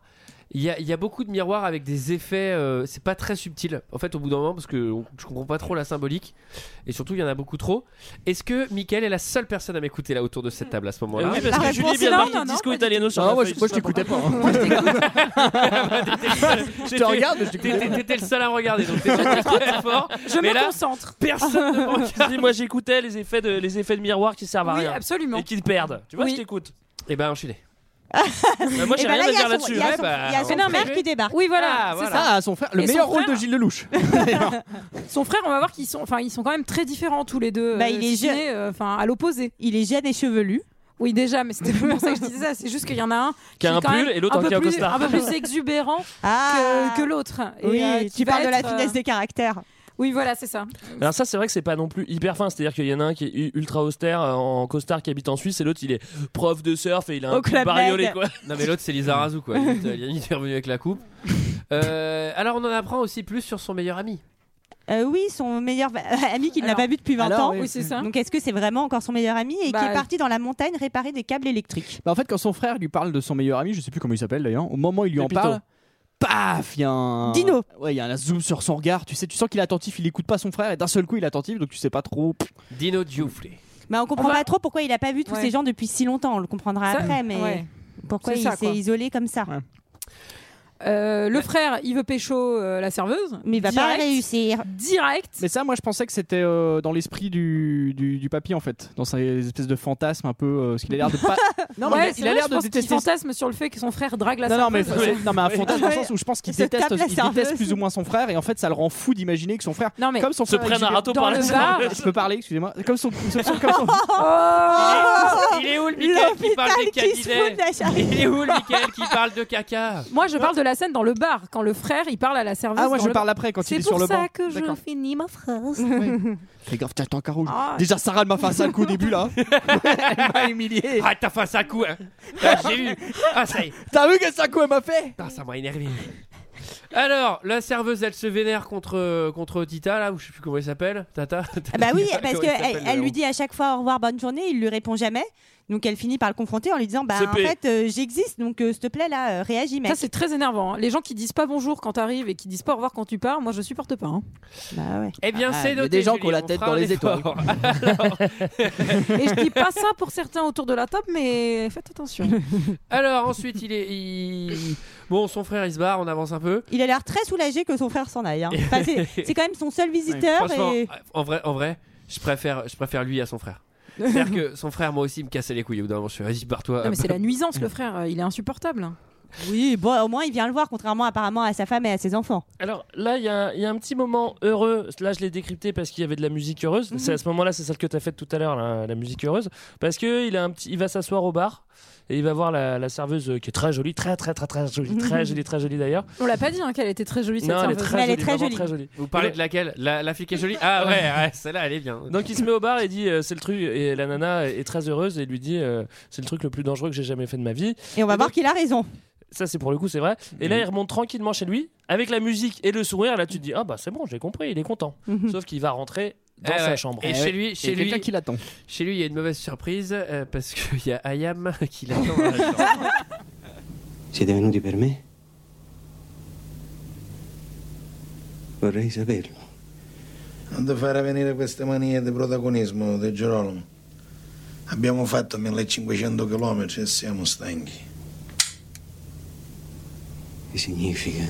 Speaker 1: Il y a, y a beaucoup de miroirs avec des effets, euh, c'est pas très subtil en fait au bout d'un moment parce que on- je comprends pas trop la symbolique et surtout il y en a beaucoup trop. Est-ce que Michael est la seule personne à m'écouter là autour de cette table à ce
Speaker 9: Euh,
Speaker 1: moment-là
Speaker 9: oui, parce
Speaker 10: La
Speaker 9: que Julie
Speaker 10: réponse
Speaker 9: vient
Speaker 10: est non,
Speaker 9: de marquer
Speaker 7: non, non,
Speaker 9: disco
Speaker 7: pas du
Speaker 9: italien sur
Speaker 6: Ah,
Speaker 9: la
Speaker 6: moi, je,
Speaker 9: feuille,
Speaker 6: moi, je
Speaker 9: tout simplement.
Speaker 6: t'écoutais pas. hein. Je te
Speaker 1: T'étais-
Speaker 6: regarde, mais je t'écoutais
Speaker 1: T'étais t'étais le seul à me regarder donc t'étais très fort.
Speaker 7: Je
Speaker 1: Mais là-
Speaker 7: me concentre.
Speaker 1: Personne ne manque.
Speaker 9: Je dis, Moi, j'écoutais les effets de les effets de miroir qui servent à
Speaker 7: Oui,
Speaker 9: rien
Speaker 7: absolument.
Speaker 9: et qui te perdent. Tu vois,
Speaker 7: Oui.
Speaker 9: je t'écoute.
Speaker 1: Et ben enchaînez.
Speaker 9: Bah, Moi,
Speaker 10: Eh
Speaker 9: j'ai
Speaker 10: ben là,
Speaker 9: rien
Speaker 10: il y
Speaker 9: à
Speaker 10: a
Speaker 9: dire
Speaker 10: son-
Speaker 9: là-dessus.
Speaker 10: Il y a
Speaker 1: Ouais,
Speaker 10: son,
Speaker 1: bah,
Speaker 10: il y a son
Speaker 1: on
Speaker 7: s'en
Speaker 10: frère
Speaker 1: fait.
Speaker 10: qui débarque.
Speaker 7: Oui, voilà.
Speaker 1: Ah,
Speaker 7: c'est
Speaker 1: voilà.
Speaker 7: ça.
Speaker 6: Ah, à son frère, le
Speaker 7: Et son
Speaker 6: meilleur rôle
Speaker 7: frère.
Speaker 6: de Gilles Lelouch.
Speaker 7: Son frère, on va voir qu'ils sont, enfin, ils sont quand même très différents tous les deux.
Speaker 10: Bah,
Speaker 7: euh,
Speaker 10: il est
Speaker 7: si ce n'est, euh, enfin, à l'opposé.
Speaker 10: Il est jeune et chevelu.
Speaker 7: Oui, déjà, mais c'était pour ça que je disais ça. C'est juste qu'il y en a un
Speaker 9: Qui a
Speaker 7: est
Speaker 9: un
Speaker 7: quand
Speaker 9: pull
Speaker 7: même
Speaker 9: et l'autre
Speaker 7: un
Speaker 9: un
Speaker 7: peu
Speaker 9: qui a un
Speaker 7: plus-
Speaker 9: costard.
Speaker 7: un
Speaker 10: bah.
Speaker 7: peu plus exubérant
Speaker 10: Ah
Speaker 7: que, que l'autre. Et,
Speaker 10: Oui,
Speaker 7: euh, qui
Speaker 10: tu
Speaker 7: va
Speaker 10: parles de la
Speaker 7: être, euh,
Speaker 10: finesse des caractères.
Speaker 7: Oui, voilà, c'est ça.
Speaker 9: Alors ça, c'est vrai que c'est pas non plus hyper fin. C'est-à-dire qu'il y en a un qui est u- ultra austère euh, en costard qui habite en Suisse et l'autre il est prof de surf et il a
Speaker 10: Au
Speaker 9: un pull
Speaker 10: Club
Speaker 9: bariolé
Speaker 10: Med.
Speaker 9: quoi.
Speaker 1: Non mais l'autre c'est Lisa Razou quoi. Limite, euh, Yannick est revenu avec la coupe. Euh, alors on en apprend aussi plus sur son meilleur ami.
Speaker 10: Euh, oui, son meilleur va- ami qu'il n'a
Speaker 7: Alors-
Speaker 10: pas vu depuis 20
Speaker 6: Alors,
Speaker 10: ans.
Speaker 7: Oui, c'est
Speaker 1: Hein
Speaker 7: ça.
Speaker 10: Donc est-ce que c'est vraiment encore son meilleur ami et
Speaker 7: Bah,
Speaker 10: qui est parti dans la montagne réparer des câbles électriques
Speaker 6: Bah, en fait, quand son frère lui parle de son meilleur ami, je sais plus comment il s'appelle d'ailleurs, au moment où il lui en
Speaker 9: Pépito.
Speaker 6: parle, paf, il y a un.
Speaker 10: Dino.
Speaker 6: Ouais, il y a un zoom sur son regard, tu sais, tu sens qu'il est attentif, il écoute pas son frère et d'un seul coup il est attentif, donc tu sais pas trop.
Speaker 1: Dino Giuffre.
Speaker 10: Mais Bah, on comprend
Speaker 7: On va-
Speaker 10: pas trop pourquoi il a pas vu tous
Speaker 7: Ouais.
Speaker 10: ces gens depuis si longtemps. On le comprendra
Speaker 7: Ça-
Speaker 10: après, mais
Speaker 7: ouais.
Speaker 10: pourquoi
Speaker 7: C'est
Speaker 10: il
Speaker 7: ça, quoi.
Speaker 10: s'est isolé comme ça
Speaker 7: Euh, le frère, il veut pécho euh, la serveuse.
Speaker 10: Mais il va pas réussir.
Speaker 7: Direct.
Speaker 6: Mais ça, moi, je pensais que c'était euh, dans l'esprit du, du, du papy, en fait. Dans ces espèces de fantasmes un peu. euh, parce qu'il a l'air de pas. Non, mais
Speaker 7: Ouais,
Speaker 6: il a-
Speaker 7: c'est
Speaker 6: il a
Speaker 7: vrai,
Speaker 6: l'air
Speaker 7: je
Speaker 6: de
Speaker 7: pense qu'il
Speaker 6: détester.
Speaker 7: fantasme sur le fait que son frère drague la
Speaker 6: Non, non, mais,
Speaker 7: serveuse.
Speaker 6: c'est- non, mais un fantasme dans le sens où je pense qu'il
Speaker 7: Il se
Speaker 6: déteste,
Speaker 7: tape la
Speaker 6: il déteste
Speaker 7: serveuse.
Speaker 6: plus ou moins son frère et en fait ça le rend fou d'imaginer que son frère,
Speaker 7: Non, mais-
Speaker 6: comme son
Speaker 9: Se
Speaker 6: frère
Speaker 9: prenne
Speaker 6: exubérant-
Speaker 9: un râteau
Speaker 7: Dans
Speaker 9: par
Speaker 7: le
Speaker 9: la
Speaker 7: bar.
Speaker 6: je peux parler, excusez-moi, comme son, comme son- comme son-
Speaker 7: Ah, Oh
Speaker 1: Il est où le Michael qui parle des cabinets Il est où le Michael qui parle de caca
Speaker 7: Moi, je parle de la scène dans le bar, quand le frère, il parle à la serveuse.
Speaker 6: Ah, moi
Speaker 7: dans
Speaker 6: je
Speaker 7: le
Speaker 6: parle
Speaker 7: bar.
Speaker 6: après quand il
Speaker 7: C'est
Speaker 6: est sur
Speaker 7: pour
Speaker 6: le
Speaker 7: ça
Speaker 6: banc.
Speaker 7: que je
Speaker 6: D'accord.
Speaker 10: finis ma phrase.
Speaker 6: Fais gaffe, tiens, t'es encore rouge.
Speaker 7: Ah.
Speaker 6: Déjà, Sarah elle m'a fait un sale coup au début là. elle m'a humilié.
Speaker 1: Ah, t'as fait un sale coup, hein Ah, J'ai vu Ah, ça y est
Speaker 6: T'as vu quel sale coup elle m'a fait
Speaker 1: Ah, ça m'a énervé alors, la serveuse, elle se vénère contre, contre Tita, là, ou je sais plus comment il s'appelle, Tata
Speaker 10: Ah Bah oui, parce
Speaker 1: Comment il s'appelle,
Speaker 10: qu'elle elle
Speaker 1: le
Speaker 10: lui dit à chaque fois au revoir, bonne journée, il lui répond jamais. Donc elle finit par le confronter en lui disant Bah en
Speaker 9: CP.
Speaker 10: fait, euh, j'existe, donc euh, s'il te plaît, là, euh, réagis, mec.
Speaker 7: Ça, c'est très énervant. hein. Les gens qui disent pas bonjour quand t'arrives et qui disent pas au revoir quand tu pars, moi, je supporte pas. hein.
Speaker 10: Bah ouais.
Speaker 1: Eh bien,
Speaker 6: Ah,
Speaker 1: c'est
Speaker 6: il y a
Speaker 1: noté.
Speaker 6: des gens
Speaker 1: Julie,
Speaker 6: qui ont la
Speaker 1: on
Speaker 6: tête
Speaker 1: fera
Speaker 6: dans
Speaker 1: un
Speaker 6: les étoiles.
Speaker 1: effort.
Speaker 7: Et je dis pas ça pour certains autour de la table, mais faites attention.
Speaker 1: Alors, ensuite, il est. il- Bon, son frère, il se barre, on avance un peu.
Speaker 10: Il a l'air très soulagé que son frère s'en aille. hein. Enfin, c'est c'est quand même son seul
Speaker 7: Ah,
Speaker 10: visiteur.
Speaker 1: Franchement,
Speaker 10: et...
Speaker 1: en vrai, en vrai je, préfère, je préfère lui à son frère. C'est-à-dire que son frère, moi aussi, il me cassait les couilles. Au bout d'un moment, je suis vas-y, barre-toi.
Speaker 7: Non, mais c'est la nuisance, le frère. euh, Il est insupportable.
Speaker 10: Oui, bon, au moins il vient le voir, contrairement apparemment à sa femme et à ses enfants.
Speaker 9: Alors là, il y, a un- il y a un petit moment heureux. Là, je l'ai décrypté parce qu'il y avait de la musique heureuse.
Speaker 10: Mhm.
Speaker 9: C'est à ce moment-là, c'est celle que tu as faite tout à l'heure, la, la musique heureuse. Parce que il a un petit, il va s'asseoir au bar et il va voir la, la serveuse euh, qui est très jolie, très très très très
Speaker 10: Mhm.
Speaker 9: jolie, très jolie, très jolie d'ailleurs.
Speaker 7: On l'a pas dit hein, qu'elle était très jolie cette
Speaker 9: Non, elle est
Speaker 7: serveuse.
Speaker 9: très
Speaker 10: Mais elle
Speaker 9: jolie,
Speaker 10: est très
Speaker 9: vraiment
Speaker 10: jolie.
Speaker 9: très jolie.
Speaker 1: Vous parlez de laquelle la, la fille qui est jolie Ah ouais, ouais, celle-là, elle est bien.
Speaker 9: Donc il se met au bar et dit euh, c'est le truc et la nana est très heureuse et lui dit euh, c'est le truc le plus dangereux que j'ai jamais fait de ma vie.
Speaker 10: Et on va
Speaker 9: Et
Speaker 10: voir
Speaker 9: donc-
Speaker 10: qu'il a raison.
Speaker 9: Ça c'est pour le coup c'est vrai. Et
Speaker 10: Mhm.
Speaker 9: là il remonte tranquillement chez lui avec la musique et le sourire. Là tu te dis ah bah c'est bon j'ai compris il est content.
Speaker 10: Mhm.
Speaker 9: Sauf qu'il va rentrer dans
Speaker 1: Ah
Speaker 9: sa
Speaker 1: ouais.
Speaker 9: chambre.
Speaker 1: Et
Speaker 6: Eh
Speaker 1: chez
Speaker 6: ouais.
Speaker 1: lui,
Speaker 6: Il y
Speaker 1: chez
Speaker 6: a quelqu'un
Speaker 1: lui,
Speaker 6: qui l'attend.
Speaker 1: chez lui, il y a une mauvaise surprise euh, parce qu'il y a Ayam qui l'attend. dans la chambre.
Speaker 8: Siete venuti per me? Vorrei saperlo.
Speaker 11: Non ti farà venire queste manie di protagonismo, De Girolamo. Abbiamo fatto 1500 km e siamo stanchi.
Speaker 8: Che significa?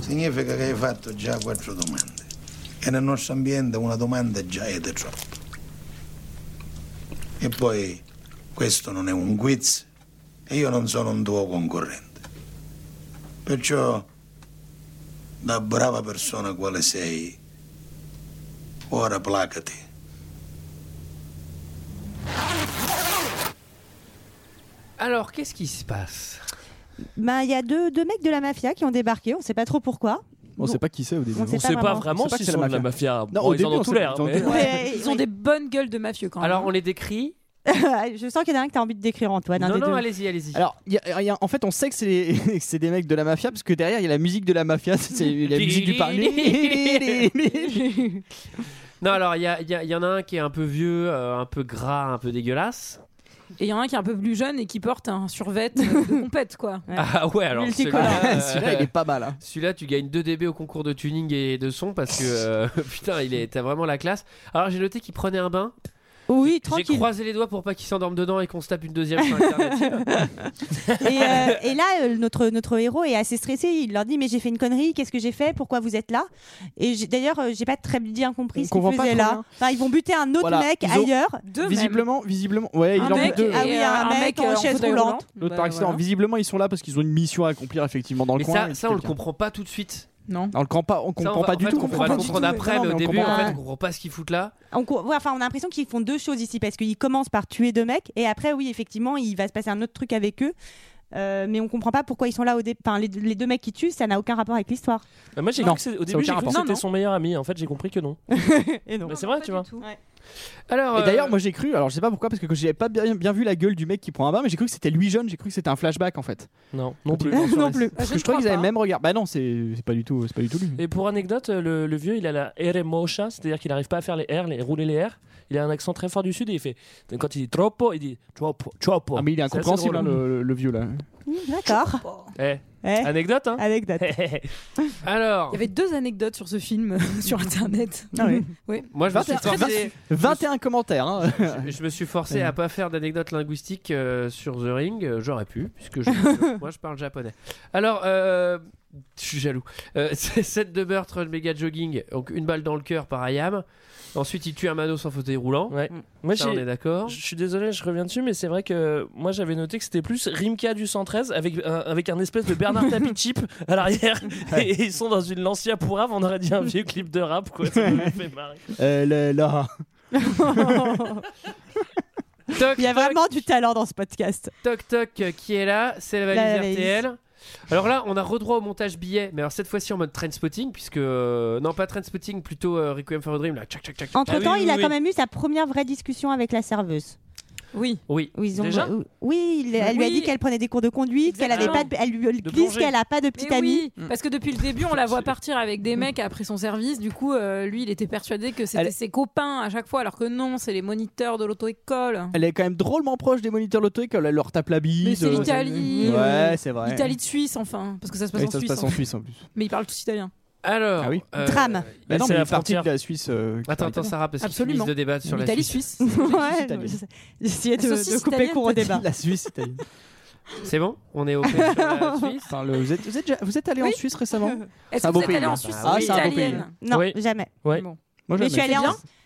Speaker 11: Significa che hai fatto già quattro domande. E nel nostro ambiente una domanda già è di troppo. E poi questo non è un quiz e io non sono un tuo concorrente. Perciò, da brava persona quale sei, ora placati.
Speaker 1: Alors, qu'est-ce qui se passe
Speaker 10: Bah, il y a deux, deux mecs de la mafia qui ont débarqué, on sait pas trop pourquoi.
Speaker 6: On sait pas qui c'est au début.
Speaker 10: On sait
Speaker 9: On sait pas
Speaker 10: vraiment.
Speaker 9: vraiment
Speaker 6: On sait pas
Speaker 9: si
Speaker 6: que c'est
Speaker 9: c'est
Speaker 6: la
Speaker 9: de la mafia. Bon,
Speaker 6: Non, au
Speaker 9: ils en
Speaker 6: début,
Speaker 9: ont
Speaker 6: on
Speaker 9: tout
Speaker 6: sait-
Speaker 9: l'air.
Speaker 6: ils en ont
Speaker 9: mais-
Speaker 6: tout l'air.
Speaker 10: Ouais,
Speaker 7: Ils ont des bonnes gueules de mafieux quand même.
Speaker 1: Ah
Speaker 7: hein.
Speaker 1: Alors, on les décrit
Speaker 10: Je sens qu'il y en a un que t'as envie de décrire,
Speaker 6: Bah,
Speaker 10: Antoine. un
Speaker 1: Non,
Speaker 10: des
Speaker 1: non,
Speaker 10: deux.
Speaker 1: allez-y, allez-y.
Speaker 6: Alors, il y a- il y a- en fait, on sait que c'est les- que c'est des mecs de la mafia parce que derrière il y a la musique de la mafia, c'est la musique du parler.
Speaker 1: Non, alors, il y, a- il y a- il y en a un qui est un peu vieux, euh, un peu gras, un peu dégueulasse.
Speaker 7: Et il y en a un qui est un peu plus jeune et qui porte un survêt euh, de compète, quoi.
Speaker 1: Ah ouais, alors celui-là, euh,
Speaker 6: Celui-là, il est pas mal. hein.
Speaker 1: Celui-là, tu gagnes 2 dB au concours de tuning et de son parce que euh, putain, il est, t'as vraiment la classe. Alors j'ai noté qu'il prenait un bain.
Speaker 10: Oui,
Speaker 1: J'ai
Speaker 10: tranquille.
Speaker 1: croisé les doigts pour pas qu'il s'endorme dedans et qu'on se tape une deuxième sur Internet.
Speaker 10: Et, euh, et là, euh, notre, notre héros est assez stressé. Il leur dit Mais j'ai fait une connerie, qu'est-ce que j'ai fait Pourquoi vous êtes là Et j'ai- d'ailleurs, euh, j'ai pas très bien compris
Speaker 6: On
Speaker 10: ce qu'ils
Speaker 6: comprend pas
Speaker 10: faisaient
Speaker 6: trop
Speaker 10: là.
Speaker 6: bien.
Speaker 10: Enfin, ils vont buter un autre
Speaker 6: Voilà,
Speaker 10: mec
Speaker 6: ils ont-
Speaker 10: ailleurs.
Speaker 7: Deux même.
Speaker 6: Visiblement, visiblement, ouais,
Speaker 7: Un
Speaker 6: il en
Speaker 7: mec
Speaker 6: manque deux.
Speaker 7: et,
Speaker 10: Ah oui,
Speaker 7: euh,
Speaker 10: un mec en chaise
Speaker 7: fauteuil
Speaker 10: roulante.
Speaker 7: roulant.
Speaker 6: L'autre
Speaker 7: Bah,
Speaker 6: par accident.
Speaker 7: voilà.
Speaker 6: Visiblement, ils sont là parce qu'ils ont une mission à accomplir effectivement dans le
Speaker 1: Mais
Speaker 6: coin.
Speaker 1: ça,
Speaker 6: et
Speaker 1: ça, on le
Speaker 6: quelqu'un.
Speaker 1: comprend pas tout de suite.
Speaker 7: Non.
Speaker 6: On le comprend pas, on
Speaker 1: Ça,
Speaker 6: comprend
Speaker 1: on va-
Speaker 6: pas
Speaker 1: en
Speaker 6: du
Speaker 1: fait,
Speaker 6: tout.
Speaker 1: On
Speaker 6: en fait.
Speaker 1: va
Speaker 7: pas
Speaker 1: le
Speaker 7: du
Speaker 1: comprendre
Speaker 7: tout,
Speaker 1: après,
Speaker 6: non,
Speaker 1: mais
Speaker 6: mais
Speaker 1: au
Speaker 6: on
Speaker 1: début,
Speaker 6: comprend
Speaker 1: en
Speaker 10: pas.
Speaker 1: fait, on comprend pas ce qu'ils foutent là.
Speaker 10: On co- ouais, enfin, on a l'impression qu'ils font deux choses ici parce qu'ils commencent par tuer deux mecs et après, oui, effectivement, il va se passer un autre truc avec eux. Euh, mais on comprend pas pourquoi ils sont là au dé- Enfin, les, deux- les deux mecs qui tuent, ça n'a aucun rapport avec l'histoire.
Speaker 9: Bah, moi j'ai cru
Speaker 6: Non,
Speaker 9: que c'est- au
Speaker 6: aucun
Speaker 9: début j'ai cru que
Speaker 6: rapport.
Speaker 9: c'était
Speaker 7: Non, non.
Speaker 9: son meilleur ami. En fait j'ai compris que non.
Speaker 10: Et non.
Speaker 9: Bah, c'est vrai tu vois.
Speaker 1: Alors,
Speaker 6: Et d'ailleurs,
Speaker 1: euh,
Speaker 6: moi j'ai cru, alors je sais pas pourquoi, parce que j'avais pas bien, bien vu la gueule du mec qui prend un bain, mais j'ai cru que c'était lui jeune, j'ai cru que c'était un flashback en fait.
Speaker 9: Non non plus.
Speaker 10: non plus.
Speaker 7: Ah,
Speaker 6: Parce
Speaker 7: je
Speaker 6: que
Speaker 7: ne
Speaker 6: je crois
Speaker 7: crois
Speaker 6: qu'ils avaient
Speaker 7: pas.
Speaker 6: le même regard. Bah non, c'est c'est pas du tout, c'est pas du tout lui.
Speaker 9: euh, Et pour anecdote, le, le vieux, il a la R mocha, c'est-à-dire qu'il n'arrive pas à faire les R, les rouler les R. il a un accent très fort du sud et il fait. Quand il dit troppo, il dit troppo, troppo.
Speaker 6: Ah, mais il est
Speaker 9: C'est assez
Speaker 6: incompréhensible,
Speaker 9: drôle.
Speaker 6: hein, le, le vieux là.
Speaker 7: D'accord.
Speaker 9: Eh. Anecdote, hein
Speaker 10: Hmm, Anecdote.
Speaker 1: euh, Alors.
Speaker 7: Il y avait deux anecdotes sur ce film sur internet.
Speaker 6: Ah oui.
Speaker 7: Oui.
Speaker 1: Moi, je me suis
Speaker 6: 21
Speaker 1: forcé.
Speaker 6: 21 commentaires. hein.
Speaker 1: Je, je me suis forcé à pas faire d'anecdotes linguistiques euh, sur The Ring. Euh, J'aurais pu, puisque je, moi je parle japonais. Alors, euh, je suis jaloux. Euh, c'est Seth de Burthe, le méga jogging. Donc, une balle dans le cœur par Ayam. Ensuite, il tue un mano sans fauteuil roulant.
Speaker 9: Ouais. Moi,
Speaker 1: Ça, on
Speaker 9: j'ai-
Speaker 1: est d'accord.
Speaker 9: Je suis désolé, je reviens dessus, mais c'est vrai que moi j'avais noté que c'était plus Rimka du 113 avec, un- avec un espèce de Bernard Tapie chip à l'arrière. Et ils sont dans une Lancia pour rap, on aurait dit un vieux clip de rap quoi. Ça me fait marrer.
Speaker 6: Elle est là.
Speaker 10: Il y a vraiment du talent dans ce podcast.
Speaker 1: Toc Toc euh, qui est là, c'est la
Speaker 10: La
Speaker 1: valise
Speaker 10: valise.
Speaker 1: RTL. Alors là, on a redroit au montage billet, mais alors cette fois-ci en mode train spotting, puisque. euh, non, pas train spotting, plutôt euh, Requiem for a Dream, là. Tchac, tchac, tchac,
Speaker 6: Ah
Speaker 1: tchac.
Speaker 10: Entre temps, il a quand même eu sa première vraie discussion avec la serveuse.
Speaker 7: Oui.
Speaker 1: Oui.
Speaker 10: Où ils ont,
Speaker 1: Déjà
Speaker 10: où- oui, il- elle lui a
Speaker 7: Oui.
Speaker 10: dit qu'elle prenait des cours de conduite, qu'elle avait pas, de- elle lui glisse
Speaker 9: plongée.
Speaker 10: qu'elle a pas de petite
Speaker 7: Mais
Speaker 10: amie.
Speaker 7: oui, parce que depuis le début, on la voit partir avec des mecs après son service. Du coup, euh, lui, il était persuadé que c'était
Speaker 6: Elle-
Speaker 7: ses copains à chaque fois, alors que non, c'est les moniteurs de l'auto-école.
Speaker 6: Elle est quand même drôlement proche des moniteurs loto quand elle leur tape la bise.
Speaker 7: Mais c'est
Speaker 6: euh,
Speaker 7: l'Italie. euh,
Speaker 6: Ouais, c'est vrai.
Speaker 7: L'Italie de Suisse, enfin, parce que ça se passe,
Speaker 6: Oui,
Speaker 7: en,
Speaker 6: ça se
Speaker 7: Suisse, hein.
Speaker 6: passe en Suisse en plus.
Speaker 7: Mais il parle tous italien.
Speaker 1: Alors.
Speaker 6: Ah oui.
Speaker 1: euh,
Speaker 10: Drame.
Speaker 6: Bah non,
Speaker 9: c'est
Speaker 6: mais
Speaker 9: la
Speaker 6: la partie
Speaker 9: frontière.
Speaker 6: de la Suisse. euh, qui
Speaker 1: Attends, attends,
Speaker 6: parle italien.
Speaker 1: Sarah, parce qu'ils
Speaker 7: Absolument.
Speaker 1: finissent de débattre sur la
Speaker 7: L'Italie
Speaker 1: Suisse.
Speaker 7: suisse.
Speaker 10: Ouais,
Speaker 6: italienne.
Speaker 10: je- J'essayais de,
Speaker 7: Saucisse
Speaker 10: de couper
Speaker 7: italienne,
Speaker 10: court au
Speaker 7: t'as dit.
Speaker 10: débat.
Speaker 6: La Suisse, Italie.
Speaker 1: C'est bon On est au fait sur la Suisse
Speaker 6: Parle- vous, êtes, vous, êtes, déjà- vous êtes allé en
Speaker 7: Oui.
Speaker 6: Suisse récemment
Speaker 7: Est-ce
Speaker 6: C'est un
Speaker 7: que
Speaker 6: beau
Speaker 7: vous êtes allé
Speaker 6: pays,
Speaker 7: en
Speaker 6: hein.
Speaker 7: Suisse
Speaker 6: Ah, c'est un beau
Speaker 7: italienne
Speaker 10: Non,
Speaker 9: Oui.
Speaker 10: jamais.
Speaker 9: Ouais.
Speaker 7: Bon.
Speaker 6: Moi,
Speaker 10: Mais je suis allée en,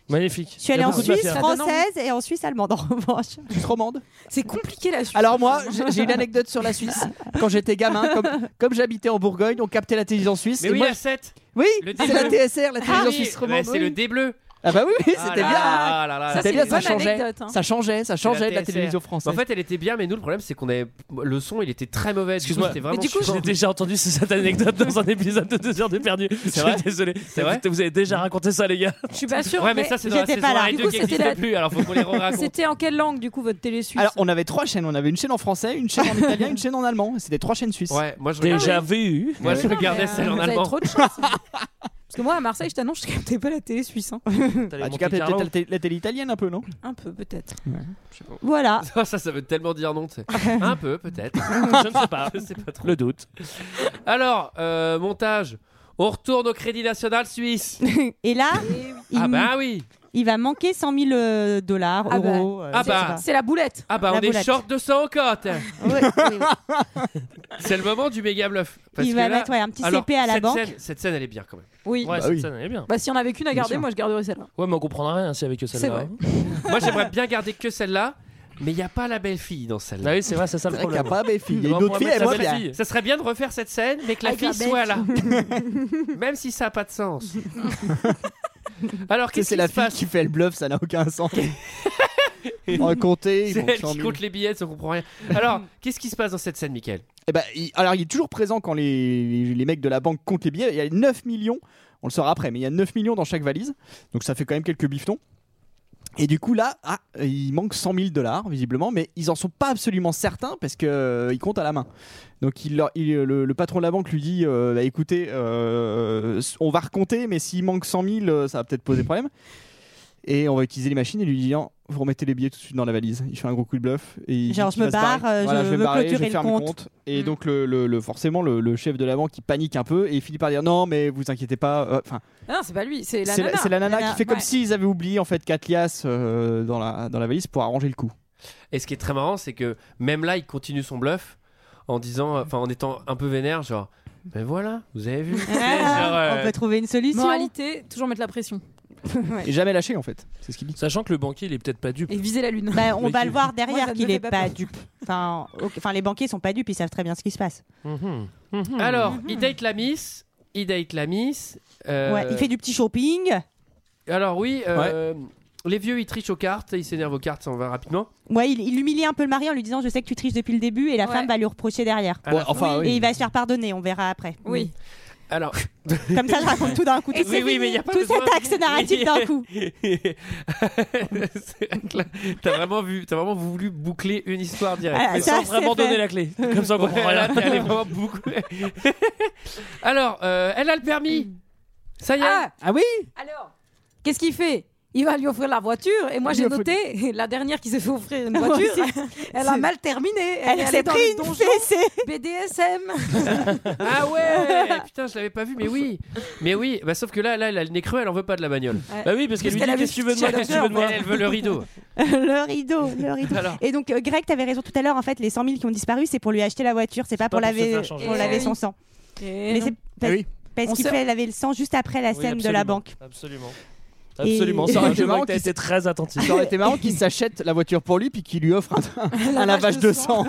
Speaker 9: Magnifique.
Speaker 10: je suis
Speaker 9: Il y
Speaker 10: allée
Speaker 9: a
Speaker 10: en
Speaker 9: beaucoup de
Speaker 10: Suisse
Speaker 9: matière.
Speaker 7: Ça donne envie.
Speaker 10: française et en Suisse allemande en revanche.
Speaker 6: Suisse romande.
Speaker 7: C'est compliqué la Suisse.
Speaker 6: Alors moi, j'ai- j'ai une anecdote sur la Suisse. Quand j'étais gamin, comme, comme j'habitait en Bourgogne, on captait la télévision suisse.
Speaker 1: Mais
Speaker 6: et
Speaker 1: oui,
Speaker 6: moi,
Speaker 1: la 7
Speaker 6: oui,
Speaker 1: le
Speaker 6: c'est la
Speaker 1: début.
Speaker 6: TSR,
Speaker 1: Ah
Speaker 6: la télévision
Speaker 1: oui,
Speaker 6: suisse
Speaker 1: bah,
Speaker 6: romande.
Speaker 1: C'est le dé bleu
Speaker 6: Ah bah oui, oui,
Speaker 1: Ah
Speaker 6: c'était
Speaker 1: là
Speaker 6: bien.
Speaker 1: là là là là.
Speaker 7: Ça,
Speaker 6: C'était
Speaker 7: c'est
Speaker 6: bien,
Speaker 7: une
Speaker 6: ça
Speaker 7: bonne
Speaker 6: changeait.
Speaker 7: anecdote, hein.
Speaker 6: Ça changeait, ça changeait de la
Speaker 1: TSR.
Speaker 6: télévision française.
Speaker 1: Bah, En fait, elle était bien, mais nous, le problème, c'est qu'on avait. Le son, il était très mauvais.
Speaker 9: Excuse-moi,
Speaker 1: c'était vraiment
Speaker 9: mais du coup,
Speaker 1: chiant.
Speaker 9: j'ai déjà entendu cette anecdote dans un épisode de 2 heures de perdu. C'est
Speaker 1: vrai
Speaker 9: Désolé.
Speaker 1: C'est vrai
Speaker 9: Vous avez déjà raconté ça, les gars.
Speaker 7: Je suis pas sûre.
Speaker 1: Ouais, mais ça, c'est dans la
Speaker 10: j'étais
Speaker 1: saison
Speaker 10: pas là.
Speaker 1: 1 et
Speaker 7: Du
Speaker 1: 2
Speaker 7: coup,
Speaker 1: qui
Speaker 7: c'était
Speaker 1: n'existe
Speaker 7: la-
Speaker 1: plus, alors faut qu'on les raconte.
Speaker 7: C'était en quelle langue du coup votre télé suisse
Speaker 6: Alors, on avait trois chaînes. On avait une chaîne en français, une chaîne en italien, une chaîne en allemand. C'était trois chaînes suisses.
Speaker 1: Ouais, moi je
Speaker 9: Déjà
Speaker 1: regardais,
Speaker 9: vu.
Speaker 1: moi, je
Speaker 7: Non, mais,
Speaker 1: regardais
Speaker 7: euh,
Speaker 1: celle en
Speaker 7: vous avez
Speaker 1: allemand.
Speaker 7: trop de chance. hein. Parce que moi à Marseille, je t'annonce, je captais pas la télé suisse. hein.
Speaker 9: Bah,
Speaker 6: Ah, tu captes peut-être la, télé- la télé italienne un peu, non
Speaker 7: Un peu peut-être.
Speaker 10: Voilà.
Speaker 1: Ça, Oh, ça, ça veut tellement dire non, tu sais. Un peu, peut-être.
Speaker 9: Je ne sais pas.
Speaker 1: Je sais pas trop.
Speaker 9: Le doute.
Speaker 1: Alors, euh, montage. On retourne au Crédit National Suisse.
Speaker 10: Et là, il,
Speaker 1: Ah bah oui.
Speaker 10: il va manquer 100 000 euh, dollars,
Speaker 7: Ah bah.
Speaker 10: euros. euh,
Speaker 1: Ah
Speaker 10: je sais
Speaker 1: bah.
Speaker 10: pas.
Speaker 7: C'est la boulette.
Speaker 1: Ah bah
Speaker 10: La
Speaker 1: on est
Speaker 10: boulette.
Speaker 1: short de sang en cote.
Speaker 7: bah,
Speaker 10: Ouais, oui, oui.
Speaker 1: C'est le moment du méga bluff. Parce
Speaker 10: Il
Speaker 1: que
Speaker 10: va
Speaker 1: là-
Speaker 10: mettre ouais, un petit
Speaker 1: alors,
Speaker 10: CP à la
Speaker 1: cette
Speaker 10: banque.
Speaker 1: Scène, cette scène, elle est bien quand même.
Speaker 7: Oui.
Speaker 9: Ouais,
Speaker 6: oui.
Speaker 9: cette scène, elle est bien.
Speaker 7: Bah si on avait qu'une à garder,
Speaker 6: sûr.
Speaker 7: moi je garderais celle-là.
Speaker 9: Ouais, mais on comprendra rien si avec que
Speaker 7: C'est
Speaker 9: celle-là.
Speaker 7: vrai.
Speaker 9: hein.
Speaker 1: Moi, j'aimerais bien garder que celle-là, mais il n'y a pas la belle fille dans
Speaker 9: Ah
Speaker 1: celle-là.
Speaker 6: Bah
Speaker 9: oui, c'est vrai, c'est ça le
Speaker 6: C'est vrai qu'il n'y a
Speaker 9: problème.
Speaker 6: pas mes filles. Il y a
Speaker 9: On
Speaker 6: une autre
Speaker 9: pourrait
Speaker 6: fille,
Speaker 9: mettre
Speaker 6: elle voit
Speaker 9: la belle
Speaker 6: bien.
Speaker 9: fille.
Speaker 1: Ça serait bien de refaire cette scène, mais que la
Speaker 7: Avec
Speaker 1: fille
Speaker 7: la belle
Speaker 1: soit là. Même si ça n'a pas de sens. Alors,
Speaker 6: Ça,
Speaker 1: qu'est-ce
Speaker 6: C'est
Speaker 1: qui
Speaker 6: la
Speaker 1: se
Speaker 6: fille
Speaker 1: passe
Speaker 6: qui fait le bluff, ça n'a aucun sens. On va compter. ils
Speaker 1: C'est
Speaker 6: vont
Speaker 1: elle
Speaker 6: cent
Speaker 1: qui
Speaker 6: mille.
Speaker 1: compte les billets, ça, on comprend rien. Alors, qu'est-ce qui se passe dans cette scène, Michael
Speaker 6: Eh ben, il- alors, il est toujours présent quand les, les- les mecs de la banque comptent les billets. Il y a 9 millions, on le saura après, mais il y a 9 millions dans chaque valise. Donc, ça fait quand même quelques bifetons. Et du coup, là, ah, il manque 100 000 dollars, visiblement, mais ils en sont pas absolument certains parce qu'ils comptent à la main. Donc, il leur- il- le, le patron de la banque lui dit euh, Bah, écoutez, euh, on va recompter, mais s'il manque 100 000, euh, ça va peut-être poser problème. Et on va utiliser les machines et lui disant Vous remettez les billets tout de suite dans la valise. Il fait un gros coup de bluff. Et il
Speaker 10: Genre,
Speaker 6: dit
Speaker 10: je
Speaker 6: qu'il
Speaker 10: me
Speaker 6: va se barrer.
Speaker 10: barre, euh,
Speaker 6: Voilà,
Speaker 10: je
Speaker 6: vais me
Speaker 10: veux
Speaker 6: barrer, je
Speaker 10: clôturer
Speaker 6: vais
Speaker 10: le
Speaker 6: faire mes
Speaker 10: compte. Mm.
Speaker 6: comptes. Et donc, le, le- le- forcément, le, le chef de la banque il panique un peu et il finit par dire non, mais vous inquiétez pas. euh, Enfin,
Speaker 7: Ah non, c'est pas lui, c'est la
Speaker 6: c'est
Speaker 7: nana.
Speaker 6: la, c'est la nana
Speaker 10: Nana,
Speaker 6: qui fait comme
Speaker 7: ouais.
Speaker 6: s'ils avaient oublié en fait Catlias euh, dans, la, dans la valise pour arranger le coup.
Speaker 1: Et ce qui est très marrant, c'est que même là, il continue son bluff en disant, enfin en étant un peu vénère, genre, mais voilà, vous avez vu. Tu sais, genre,
Speaker 10: Ah,
Speaker 1: euh,
Speaker 10: On peut trouver une solution.
Speaker 7: Moralité, toujours mettre la pression
Speaker 6: Et jamais lâché en fait. C'est ce qu'il dit.
Speaker 9: Sachant que le banquier, il est peut-être pas dupe.
Speaker 7: et viser la lune.
Speaker 10: Bah, on
Speaker 9: Mais
Speaker 10: va
Speaker 9: qui-
Speaker 10: le voir
Speaker 7: Moi, ça
Speaker 10: derrière
Speaker 7: ne
Speaker 10: qu'il
Speaker 7: me
Speaker 10: est
Speaker 7: fait pas
Speaker 10: pas
Speaker 7: peur.
Speaker 10: dupe. Enfin, ok. Enfin, les banquiers sont pas dupes, ils savent très bien ce qui se passe.
Speaker 1: Hum,
Speaker 9: Mhm. Mhm.
Speaker 1: Alors,
Speaker 10: Hum,
Speaker 1: il date la miss, il date la miss. euh,
Speaker 10: Ouais, il fait du petit shopping.
Speaker 1: Alors oui, euh, les vieux ils trichent aux cartes, ils s'énervent aux cartes, ça en va rapidement.
Speaker 10: Ouais, il, il humilie un peu le mari en lui disant je sais que tu triches depuis le début et la
Speaker 7: Ouais.
Speaker 10: femme va lui reprocher derrière.
Speaker 1: À la
Speaker 6: Ouais,
Speaker 1: fin-
Speaker 6: enfin, oui.
Speaker 10: Et il va se faire pardonner, on verra après.
Speaker 7: Oui.
Speaker 1: Alors,
Speaker 10: Comme ça, je raconte tout d'un coup.
Speaker 1: Et
Speaker 10: Tout,
Speaker 1: oui, oui, mais il y a pas
Speaker 10: tout
Speaker 1: besoin.
Speaker 10: cet axe narratif d'un coup.
Speaker 1: C'est vrai que là, t'as vraiment vu, t'as vraiment voulu boucler une histoire directe.
Speaker 10: Ah,
Speaker 9: Mais
Speaker 10: ça,
Speaker 9: sans vraiment
Speaker 10: c'est fait.
Speaker 9: donner la clé. Comme ça, on
Speaker 1: Ouais,
Speaker 9: comprend
Speaker 1: là,
Speaker 9: rien.
Speaker 1: t'es allé vraiment boucler. Alors, euh, elle a le permis. Ça y est.
Speaker 7: Ah
Speaker 6: Ah oui
Speaker 7: alors, qu'est-ce qu'il fait il va lui offrir la voiture. Et moi,
Speaker 10: Il
Speaker 7: j'ai
Speaker 10: lui offre-
Speaker 7: noté, la dernière qui s'est fait offrir une
Speaker 10: Moi
Speaker 7: voiture,
Speaker 10: aussi.
Speaker 7: elle a
Speaker 10: C'est-
Speaker 7: mal terminé.
Speaker 10: Elle s'est pris une
Speaker 7: BDSM.
Speaker 1: Ah ouais Putain, je l'avais pas vu, mais oui Mais oui, bah, sauf que là, là, elle a le nez creux, elle en veut pas de la bagnole.
Speaker 10: Ouais. Bah oui, parce qu'elle Parce lui dit, qu'elle a qu'est-ce que vu tu veux de moi,
Speaker 1: Qu'est-ce que tu veux de moi Elle veut le rideau.
Speaker 10: le rideau, le rideau.
Speaker 1: Alors.
Speaker 10: Et donc, euh, Greg, t'avais raison tout à l'heure. En fait, les 100 000 qui ont disparu, c'est pour lui acheter la voiture, c'est pas, pour
Speaker 7: pas pour se
Speaker 10: laver,
Speaker 7: faire changer.
Speaker 10: pour
Speaker 7: Eh
Speaker 10: laver
Speaker 7: oui.
Speaker 10: son sang.
Speaker 7: Eh
Speaker 10: Mais
Speaker 7: non.
Speaker 10: c'est
Speaker 6: Ah
Speaker 10: parce,
Speaker 7: Eh oui.
Speaker 10: parce
Speaker 7: On
Speaker 10: qu'il
Speaker 7: sait-
Speaker 10: fait laver le sang juste après la
Speaker 9: Oui,
Speaker 10: scène de
Speaker 9: absolument.
Speaker 10: la banque.
Speaker 9: Absolument.
Speaker 10: Et-
Speaker 9: Absolument. Ça aurait été marrant que t'aies été très attentif.
Speaker 6: Ça aurait été marrant qu'il s'achète la voiture pour lui puis qu'il lui offre un, un lavage de sang.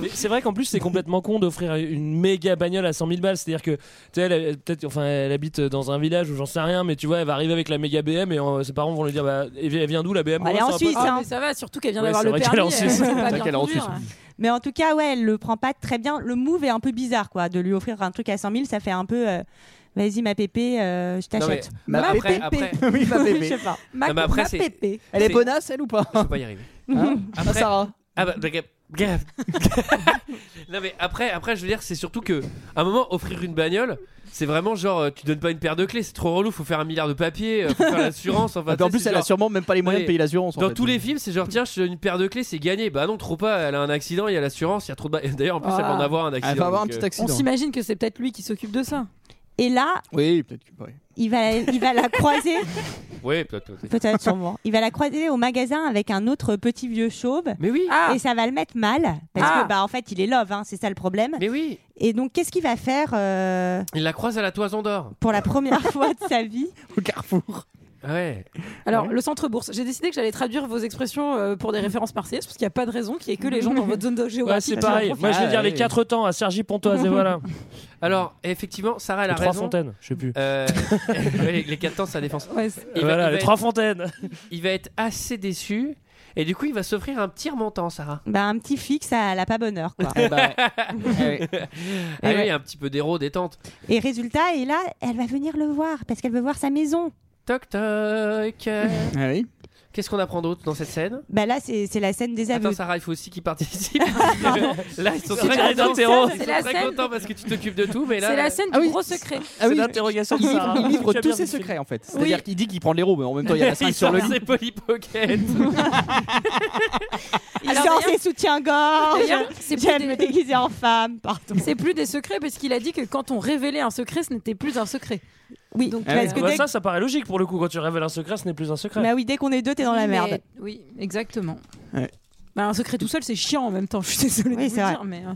Speaker 9: Mais c'est vrai qu'en plus c'est complètement con d'offrir une méga bagnole à 100 000 balles. C'est-à-dire que tu sais, elle, elle- peut-être, enfin, elle habite dans un village ou j'en sais rien, mais tu vois, elle va arriver avec la méga BM et euh, ses parents vont lui dire, bah, elle vient- elle vient d'où la BM
Speaker 10: Elle est
Speaker 9: Ouais,
Speaker 10: en
Speaker 9: c'est un
Speaker 10: Suisse,
Speaker 9: peu-
Speaker 10: hein.
Speaker 7: ah, Mais ça va, surtout qu'elle vient
Speaker 9: Ouais,
Speaker 7: d'avoir
Speaker 9: c'est
Speaker 7: le
Speaker 9: vrai
Speaker 7: permis.
Speaker 9: qu'elle est en Suisse.
Speaker 7: elle peut pas
Speaker 9: C'est vrai
Speaker 7: bien
Speaker 9: qu'elle est en
Speaker 7: conduire.
Speaker 9: Suisse.
Speaker 10: Mais en tout cas, ouais, elle le prend pas très bien. Le move est un peu bizarre, quoi. De lui offrir un truc à 100 000, ça fait un peu. euh, Vas-y, ma pépé, euh, je t'achète.
Speaker 1: Non, mais-
Speaker 6: Ah,
Speaker 1: Ma après- pépé. après-
Speaker 6: Oui, ma pépé.
Speaker 10: Je sais pas.
Speaker 1: Non, mais après, c'est-
Speaker 6: Elle est
Speaker 1: c'est-
Speaker 6: bonasse, elle ou pas
Speaker 1: Je peux pas y arriver.
Speaker 6: Hein
Speaker 1: Après-
Speaker 6: Ah, Sarah.
Speaker 1: Ah bah, bah, grave. non mais après, après, je veux dire, c'est surtout que à un moment, offrir une bagnole, c'est vraiment genre, euh, tu donnes pas une paire de clés, c'est trop relou, faut faire un milliard de papiers, euh, faut faire l'assurance. Enfin,
Speaker 6: Et Ah, puis en
Speaker 1: tu sais,
Speaker 6: plus,
Speaker 1: c'est
Speaker 6: elle a
Speaker 1: genre-
Speaker 6: sûrement même pas les moyens de
Speaker 1: Ouais.
Speaker 6: payer l'assurance. en
Speaker 1: Dans
Speaker 6: fait.
Speaker 1: tous les films, c'est genre, tiens, je- une paire de clés, c'est gagné. Bah non, trop pas, elle a un accident, il y a l'assurance, il y a trop de. ba- D'ailleurs, en plus, elle va en
Speaker 7: Ah.
Speaker 1: avoir un accident. donc, euh,
Speaker 7: On s'imagine que c'est peut-être lui qui s'occupe de ça.
Speaker 10: Et là,
Speaker 6: Oui, peut-être que. ouais.
Speaker 10: il va, il va la croiser.
Speaker 1: Oui, euh, peut-être.
Speaker 10: Peut-être sûrement. Il va la croiser au magasin avec un autre petit vieux chauve.
Speaker 1: Mais oui.
Speaker 7: Ah.
Speaker 10: Et ça va le mettre mal parce
Speaker 1: Ah.
Speaker 10: que bah en fait il est love, hein, c'est ça le problème.
Speaker 1: Mais oui.
Speaker 10: Et donc qu'est-ce qu'il va faire euh,
Speaker 1: Il la croise à la toison d'or.
Speaker 10: pour la première fois de sa vie
Speaker 6: Au carrefour.
Speaker 1: Ouais.
Speaker 7: Alors, le centre bourse. J'ai décidé que j'allais traduire vos expressions euh, pour des références marseillaises parce qu'il n'y a pas de raison qu'il y ait que les gens dans votre zone de
Speaker 9: Ouais,
Speaker 7: géographie.
Speaker 9: c'est
Speaker 7: qui en
Speaker 9: pareil.
Speaker 7: profitent.
Speaker 9: Moi, je vais dire
Speaker 10: Ah,
Speaker 9: les quatre temps à Sergi Pontoise et voilà.
Speaker 1: Alors, effectivement, Sarah, elle a
Speaker 9: Les trois
Speaker 1: raison.
Speaker 9: fontaines, je sais plus.
Speaker 1: Euh, les, les 4 temps, c'est la défense.
Speaker 7: Ouais, c'est-
Speaker 1: Il va-
Speaker 9: Voilà,
Speaker 1: il va
Speaker 9: les
Speaker 1: être-
Speaker 9: trois fontaines. Bah,
Speaker 1: Il va être assez déçu. Et du coup, il va s'offrir un petit remontant, Sarah.
Speaker 10: Bah un petit fixe à la pas bonheur quoi.
Speaker 6: Eh
Speaker 1: Ah oui, un petit peu d'héros, détente.
Speaker 10: Et résultat, et là elle va venir le voir parce qu'elle veut voir sa maison.
Speaker 1: Toc toc.
Speaker 6: Ah oui.
Speaker 1: Qu'est-ce qu'on apprend d'autre dans cette scène
Speaker 10: Bah là c'est c'est la scène des aveux.
Speaker 1: Attends, Sarah, il faut aussi qu'il participe. là, ils sont
Speaker 9: C'est
Speaker 1: très
Speaker 9: la
Speaker 1: contents.
Speaker 9: scène-
Speaker 1: Ils
Speaker 7: c'est
Speaker 1: sont
Speaker 7: la
Speaker 1: très
Speaker 7: scène-
Speaker 1: contents parce que tu t'occupes de tout. Mais là,
Speaker 7: C'est la scène du gros secret.
Speaker 6: Ah
Speaker 9: C'est
Speaker 6: oui.
Speaker 9: l'interrogation de
Speaker 6: Il livre,
Speaker 9: Sarah.
Speaker 6: il livre
Speaker 9: Tu as
Speaker 6: tous
Speaker 9: bien
Speaker 6: ses
Speaker 9: vu le
Speaker 6: secrets en fait.
Speaker 1: Oui.
Speaker 6: C'est-à-dire qu'il dit qu'il prend les roues, mais en même temps il y en a 5 sur le lit.
Speaker 1: C'est Polly Pocket.
Speaker 10: Il
Speaker 7: Alors,
Speaker 10: sort
Speaker 7: d'ailleurs-
Speaker 10: ses soutiens-gorge.
Speaker 7: D'ailleurs, c'est plus
Speaker 10: Ah, J'aime
Speaker 7: des-
Speaker 10: me déguiser en femme, pardon.
Speaker 7: C'est plus des secrets parce qu'il a dit que quand on révélait un secret, ce n'était plus un secret.
Speaker 10: Oui,
Speaker 7: Donc,
Speaker 10: parce
Speaker 7: euh,
Speaker 10: que
Speaker 9: Bah,
Speaker 10: dès-
Speaker 9: ça, ça paraît logique pour le coup. Quand tu révèles un secret, ce n'est plus un secret.
Speaker 10: bah oui, dès qu'on est deux, t'es dans la
Speaker 7: Mais-
Speaker 10: merde.
Speaker 7: Oui, exactement.
Speaker 6: Ouais.
Speaker 7: Bah, un secret tout seul, c'est chiant en même temps. Je suis désolée
Speaker 10: Oui,
Speaker 7: de vous
Speaker 10: c'est
Speaker 7: le
Speaker 10: vrai.
Speaker 7: dire, mais. euh,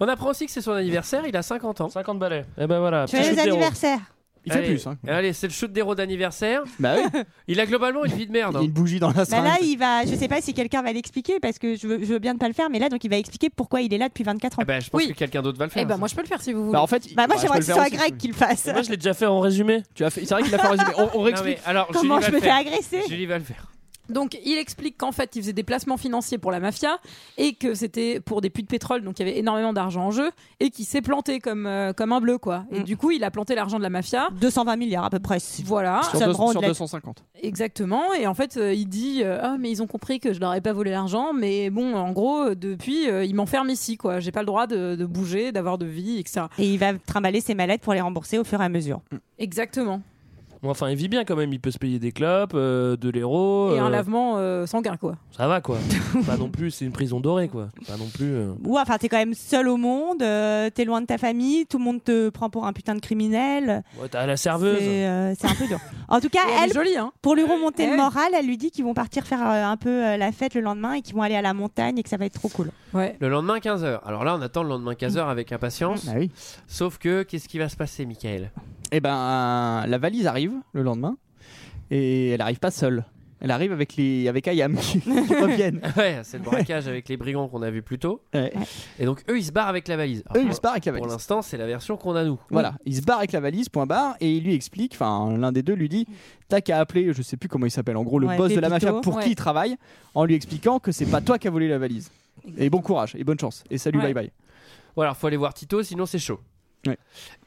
Speaker 1: On apprend aussi que c'est son anniversaire. Il a 50 ans.
Speaker 9: 50 balais. Et ben voilà.
Speaker 10: Tu as les
Speaker 9: shoot d'héros.
Speaker 10: anniversaires.
Speaker 6: Il fait
Speaker 1: Allez,
Speaker 6: plus. Hein.
Speaker 1: Allez, c'est le shoot d'héros d'anniversaire.
Speaker 6: Bah oui.
Speaker 1: Il a globalement une vie de merde.
Speaker 6: Il y
Speaker 1: hein.
Speaker 6: a une bougie dans la
Speaker 10: Bah
Speaker 6: salle.
Speaker 10: là, il va. Je sais pas si quelqu'un va l'expliquer parce que je veux, je veux bien ne pas le faire, mais là, donc il va expliquer pourquoi il est là depuis 24 ans.
Speaker 1: Ah bah, je pense
Speaker 7: Oui.
Speaker 1: que quelqu'un d'autre va le faire.
Speaker 7: Eh ben,
Speaker 1: ça.
Speaker 7: moi, je peux le faire si vous voulez.
Speaker 6: Bah en fait, il-
Speaker 10: Bah moi,
Speaker 6: bah,
Speaker 10: j'aimerais que
Speaker 6: je peux
Speaker 10: ce
Speaker 6: le
Speaker 10: soit
Speaker 6: faire
Speaker 10: Greg qui le fasse.
Speaker 9: Moi, je l'ai déjà fait en résumé.
Speaker 6: aussi. Tu as fait- C'est vrai qu'il a fait un résumé. On, on
Speaker 1: Non,
Speaker 6: réexplique.
Speaker 1: mais alors,
Speaker 10: Comment
Speaker 1: Julie
Speaker 10: je
Speaker 1: va
Speaker 10: me
Speaker 1: le
Speaker 10: fais
Speaker 1: faire.
Speaker 10: agresser
Speaker 1: Julie va le faire.
Speaker 7: Donc, il explique qu'en fait, il faisait des placements financiers pour la mafia et que c'était pour des puits de pétrole, donc il y avait énormément d'argent en jeu et qu'il s'est planté comme, euh, comme un bleu, quoi. Et
Speaker 10: Mm.
Speaker 7: du coup, il a planté l'argent de la mafia.
Speaker 10: 220 milliards à peu près. c'est-
Speaker 7: Voilà,
Speaker 6: Sur,
Speaker 10: Ah, Ça me
Speaker 6: deux-
Speaker 10: rend
Speaker 6: sur
Speaker 10: de la-
Speaker 6: 250.
Speaker 7: exactement. Et en fait, euh, il dit euh, Ah, mais ils ont compris que je leur ai pas volé l'argent, mais bon, en gros, euh, depuis, euh, ils m'enferment ici, quoi. J'ai pas le droit de, de bouger, d'avoir de vie, etc.
Speaker 10: Et il va trimballer ses mallettes pour les rembourser au fur et à mesure.
Speaker 7: Exactement.
Speaker 9: Bon, enfin, il vit bien quand même. Il peut se payer des clopes, euh, de
Speaker 1: Oh,
Speaker 9: l'héros.
Speaker 7: Et un
Speaker 9: euh,
Speaker 7: lavement euh, sanguin, quoi.
Speaker 9: Ça va quoi. pas non plus, c'est une prison dorée quoi. Pas non plus. euh.
Speaker 10: Ou enfin, t'es quand même seul au monde, euh, t'es loin de ta famille, tout le monde te prend pour un putain de criminel.
Speaker 9: Ouais, t'as la
Speaker 10: C'est
Speaker 9: serveuse.
Speaker 10: euh, c'est un peu dur. En tout cas,
Speaker 7: Et
Speaker 10: Ah, elle,
Speaker 7: est jolie, hein.
Speaker 10: pour lui remonter
Speaker 7: Eh.
Speaker 10: le moral, elle lui dit qu'ils vont partir faire euh, un peu euh, la fête le lendemain et qu'ils vont aller à la montagne et que ça va être trop cool.
Speaker 7: Ouais.
Speaker 1: Le lendemain 15h. Alors là, on attend le lendemain 15h avec impatience.
Speaker 6: Bah oui.
Speaker 1: Sauf que, qu'est-ce qui va se passer, Michael
Speaker 6: Et ben la valise arrive le lendemain et elle arrive pas seule. Elle arrive avec les avec Ayam qui, qui reviennent.
Speaker 1: Ouais, c'est le braquage avec les brigands qu'on a vu plus tôt.
Speaker 6: Ouais.
Speaker 1: Et donc, eux, ils se barrent avec la valise. Alors,
Speaker 6: Eux ils se barrent avec la
Speaker 1: Pour
Speaker 6: valise.
Speaker 1: l'instant, c'est la version qu'on a nous.
Speaker 6: Voilà, il se barre avec la valise, point barre, et il lui explique, enfin l'un des deux lui dit, t'as qu'à appeler, je sais plus comment il s'appelle, en gros le
Speaker 10: Ouais,
Speaker 6: boss de la
Speaker 10: Pépito,
Speaker 6: mafia pour
Speaker 7: ouais.
Speaker 6: qui il travaille, en lui expliquant que c'est pas toi qui as volé la valise. Et bon courage, et bonne chance, et salut,
Speaker 7: Ouais.
Speaker 6: bye bye.
Speaker 1: Voilà, faut aller voir Tito, sinon c'est chaud.
Speaker 6: Ouais.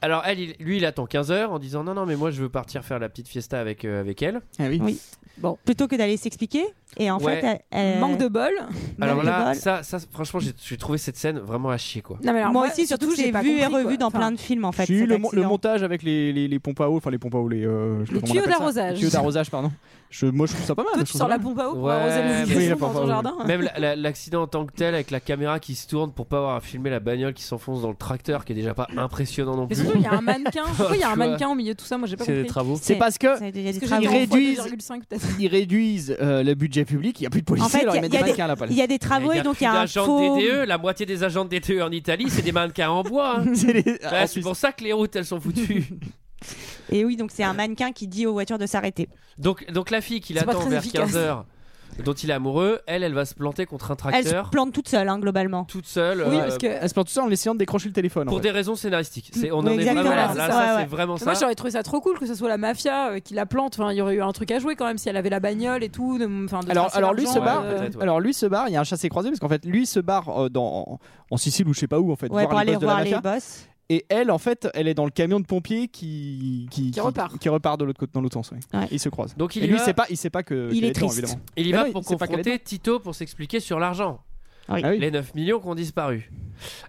Speaker 1: Alors, elle, il- lui, il attend 15h en disant Non, non, mais moi, je veux partir faire la petite fiesta avec, euh, avec elle.
Speaker 6: Ah oui.
Speaker 10: Oui. Bon, plutôt que d'aller s'expliquer. Et en
Speaker 1: Ouais.
Speaker 10: fait, elle- elle-
Speaker 7: Manque de bol.
Speaker 1: Alors
Speaker 10: Manque de
Speaker 1: là,
Speaker 10: bol.
Speaker 1: ça, ça, franchement, j'ai- j'ai trouvé cette scène vraiment à chier, quoi.
Speaker 10: Non, mais alors, Moi moi, aussi, surtout, surtout, j'ai j'ai pas vu et compris, revu quoi. dans Enfin, plein de films, en fait,
Speaker 6: Si,
Speaker 10: cet
Speaker 6: le, mo- le
Speaker 10: accident.
Speaker 6: montage avec les, les, les pompes à eau, enfin les pompes à eau, les. euh, je sais pas comment on
Speaker 7: tuyaux
Speaker 6: appelle ça.
Speaker 7: d'arrosage.
Speaker 6: Les tuyaux d'arrosage, pardon. Je, moi je trouve ça pas mal.
Speaker 7: Toi,
Speaker 6: je
Speaker 7: tu
Speaker 10: hein.
Speaker 6: trouve
Speaker 7: sors
Speaker 6: ça
Speaker 7: la pompe à eau Oh, pour
Speaker 1: Ouais,
Speaker 7: arroser les
Speaker 1: mais-
Speaker 7: buissons dans ton jardin.
Speaker 1: Même la- la- l'accident en tant que tel, avec la caméra qui se tourne pour pas avoir à filmer la bagnole qui s'enfonce dans le tracteur, qui est déjà pas impressionnant non
Speaker 7: Mais
Speaker 1: plus.
Speaker 7: surtout, il y a un mannequin. Pourquoi il y a
Speaker 1: Tu
Speaker 7: un
Speaker 1: vois.
Speaker 7: mannequin au milieu de tout ça Moi, j'ai pas
Speaker 1: C'est des
Speaker 7: compris.
Speaker 1: travaux.
Speaker 6: C'est parce que
Speaker 7: Parce que
Speaker 6: ils
Speaker 7: j'ai dit
Speaker 6: réduisent,
Speaker 7: 2,5 peut-être.
Speaker 6: ils réduisent euh, le budget public. Il n'y a plus de policiers,
Speaker 10: En fait,
Speaker 6: alors
Speaker 10: il y a-
Speaker 6: ils mettent
Speaker 10: il y
Speaker 6: des
Speaker 10: a des-
Speaker 6: mannequins à la place.
Speaker 10: il y a des travaux et donc il y a un
Speaker 1: agents
Speaker 10: faux.
Speaker 1: DTE, E. la moitié des agents de DTE en Italie, c'est des mannequins en bois. hein.
Speaker 6: C'est les-
Speaker 1: Bah, c'est pour ça que les routes, elles sont foutues.
Speaker 10: Et oui, donc c'est un mannequin qui dit aux voitures de s'arrêter.
Speaker 1: donc, donc la fille qui
Speaker 10: C'est pas
Speaker 1: l'attend
Speaker 10: très
Speaker 1: vers
Speaker 10: efficace.
Speaker 1: 15h, dont il est amoureux, elle, elle va se planter contre un
Speaker 10: Elle se
Speaker 1: tracteur
Speaker 10: plante toute seule, hein, globalement.
Speaker 1: toute seule.
Speaker 6: Oui,
Speaker 1: euh,
Speaker 6: parce qu'elle se plante tout ça en essayant de décrocher le téléphone. en
Speaker 1: Pour
Speaker 6: fait.
Speaker 1: des raisons scénaristiques. C'est- on
Speaker 10: Oui,
Speaker 1: en est vraiment
Speaker 10: exactement,
Speaker 1: là.
Speaker 10: c'est
Speaker 1: Là,
Speaker 10: ça,
Speaker 1: ça,
Speaker 10: ouais,
Speaker 1: c'est
Speaker 10: ouais.
Speaker 1: vraiment
Speaker 7: Mais
Speaker 1: ça.
Speaker 7: Moi j'aurais trouvé ça trop cool que ce soit la mafia euh, qui la plante. Enfin, il y aurait eu un truc à jouer quand même si elle avait la bagnole et tout. de- enfin, de
Speaker 6: Alors,
Speaker 7: tracer
Speaker 6: alors lui
Speaker 7: l'argent,
Speaker 6: se barre.
Speaker 7: euh,
Speaker 1: peut-être, ouais.
Speaker 6: Alors lui se barre. Il y a un chassé croisé parce qu'en fait lui se barre euh, dans en, en Sicile ou je sais pas où en fait
Speaker 10: Ouais,
Speaker 6: voir
Speaker 10: pour
Speaker 6: les
Speaker 10: aller
Speaker 6: boss de
Speaker 10: voir
Speaker 6: la
Speaker 10: les
Speaker 6: mafia.
Speaker 10: boss.
Speaker 6: Et elle en fait elle est dans le camion de pompiers qui qui,
Speaker 7: repart.
Speaker 6: qui repart de l'autre côté dans l'autre sens. Ouais.
Speaker 10: Ouais.
Speaker 6: Ils se croisent.
Speaker 1: Donc il
Speaker 6: Et
Speaker 1: y
Speaker 6: lui
Speaker 1: va-
Speaker 6: sait pas il sait pas que
Speaker 10: Il
Speaker 6: qu'elle
Speaker 10: est
Speaker 6: dedans,
Speaker 10: triste.
Speaker 6: évidemment.
Speaker 1: Il y
Speaker 6: Mais
Speaker 1: va
Speaker 6: non,
Speaker 1: pour
Speaker 6: c'est pas qu'elle est
Speaker 1: confronter Tito pour s'expliquer sur l'argent.
Speaker 6: Ah oui.
Speaker 1: Les 9 millions qui ont disparu.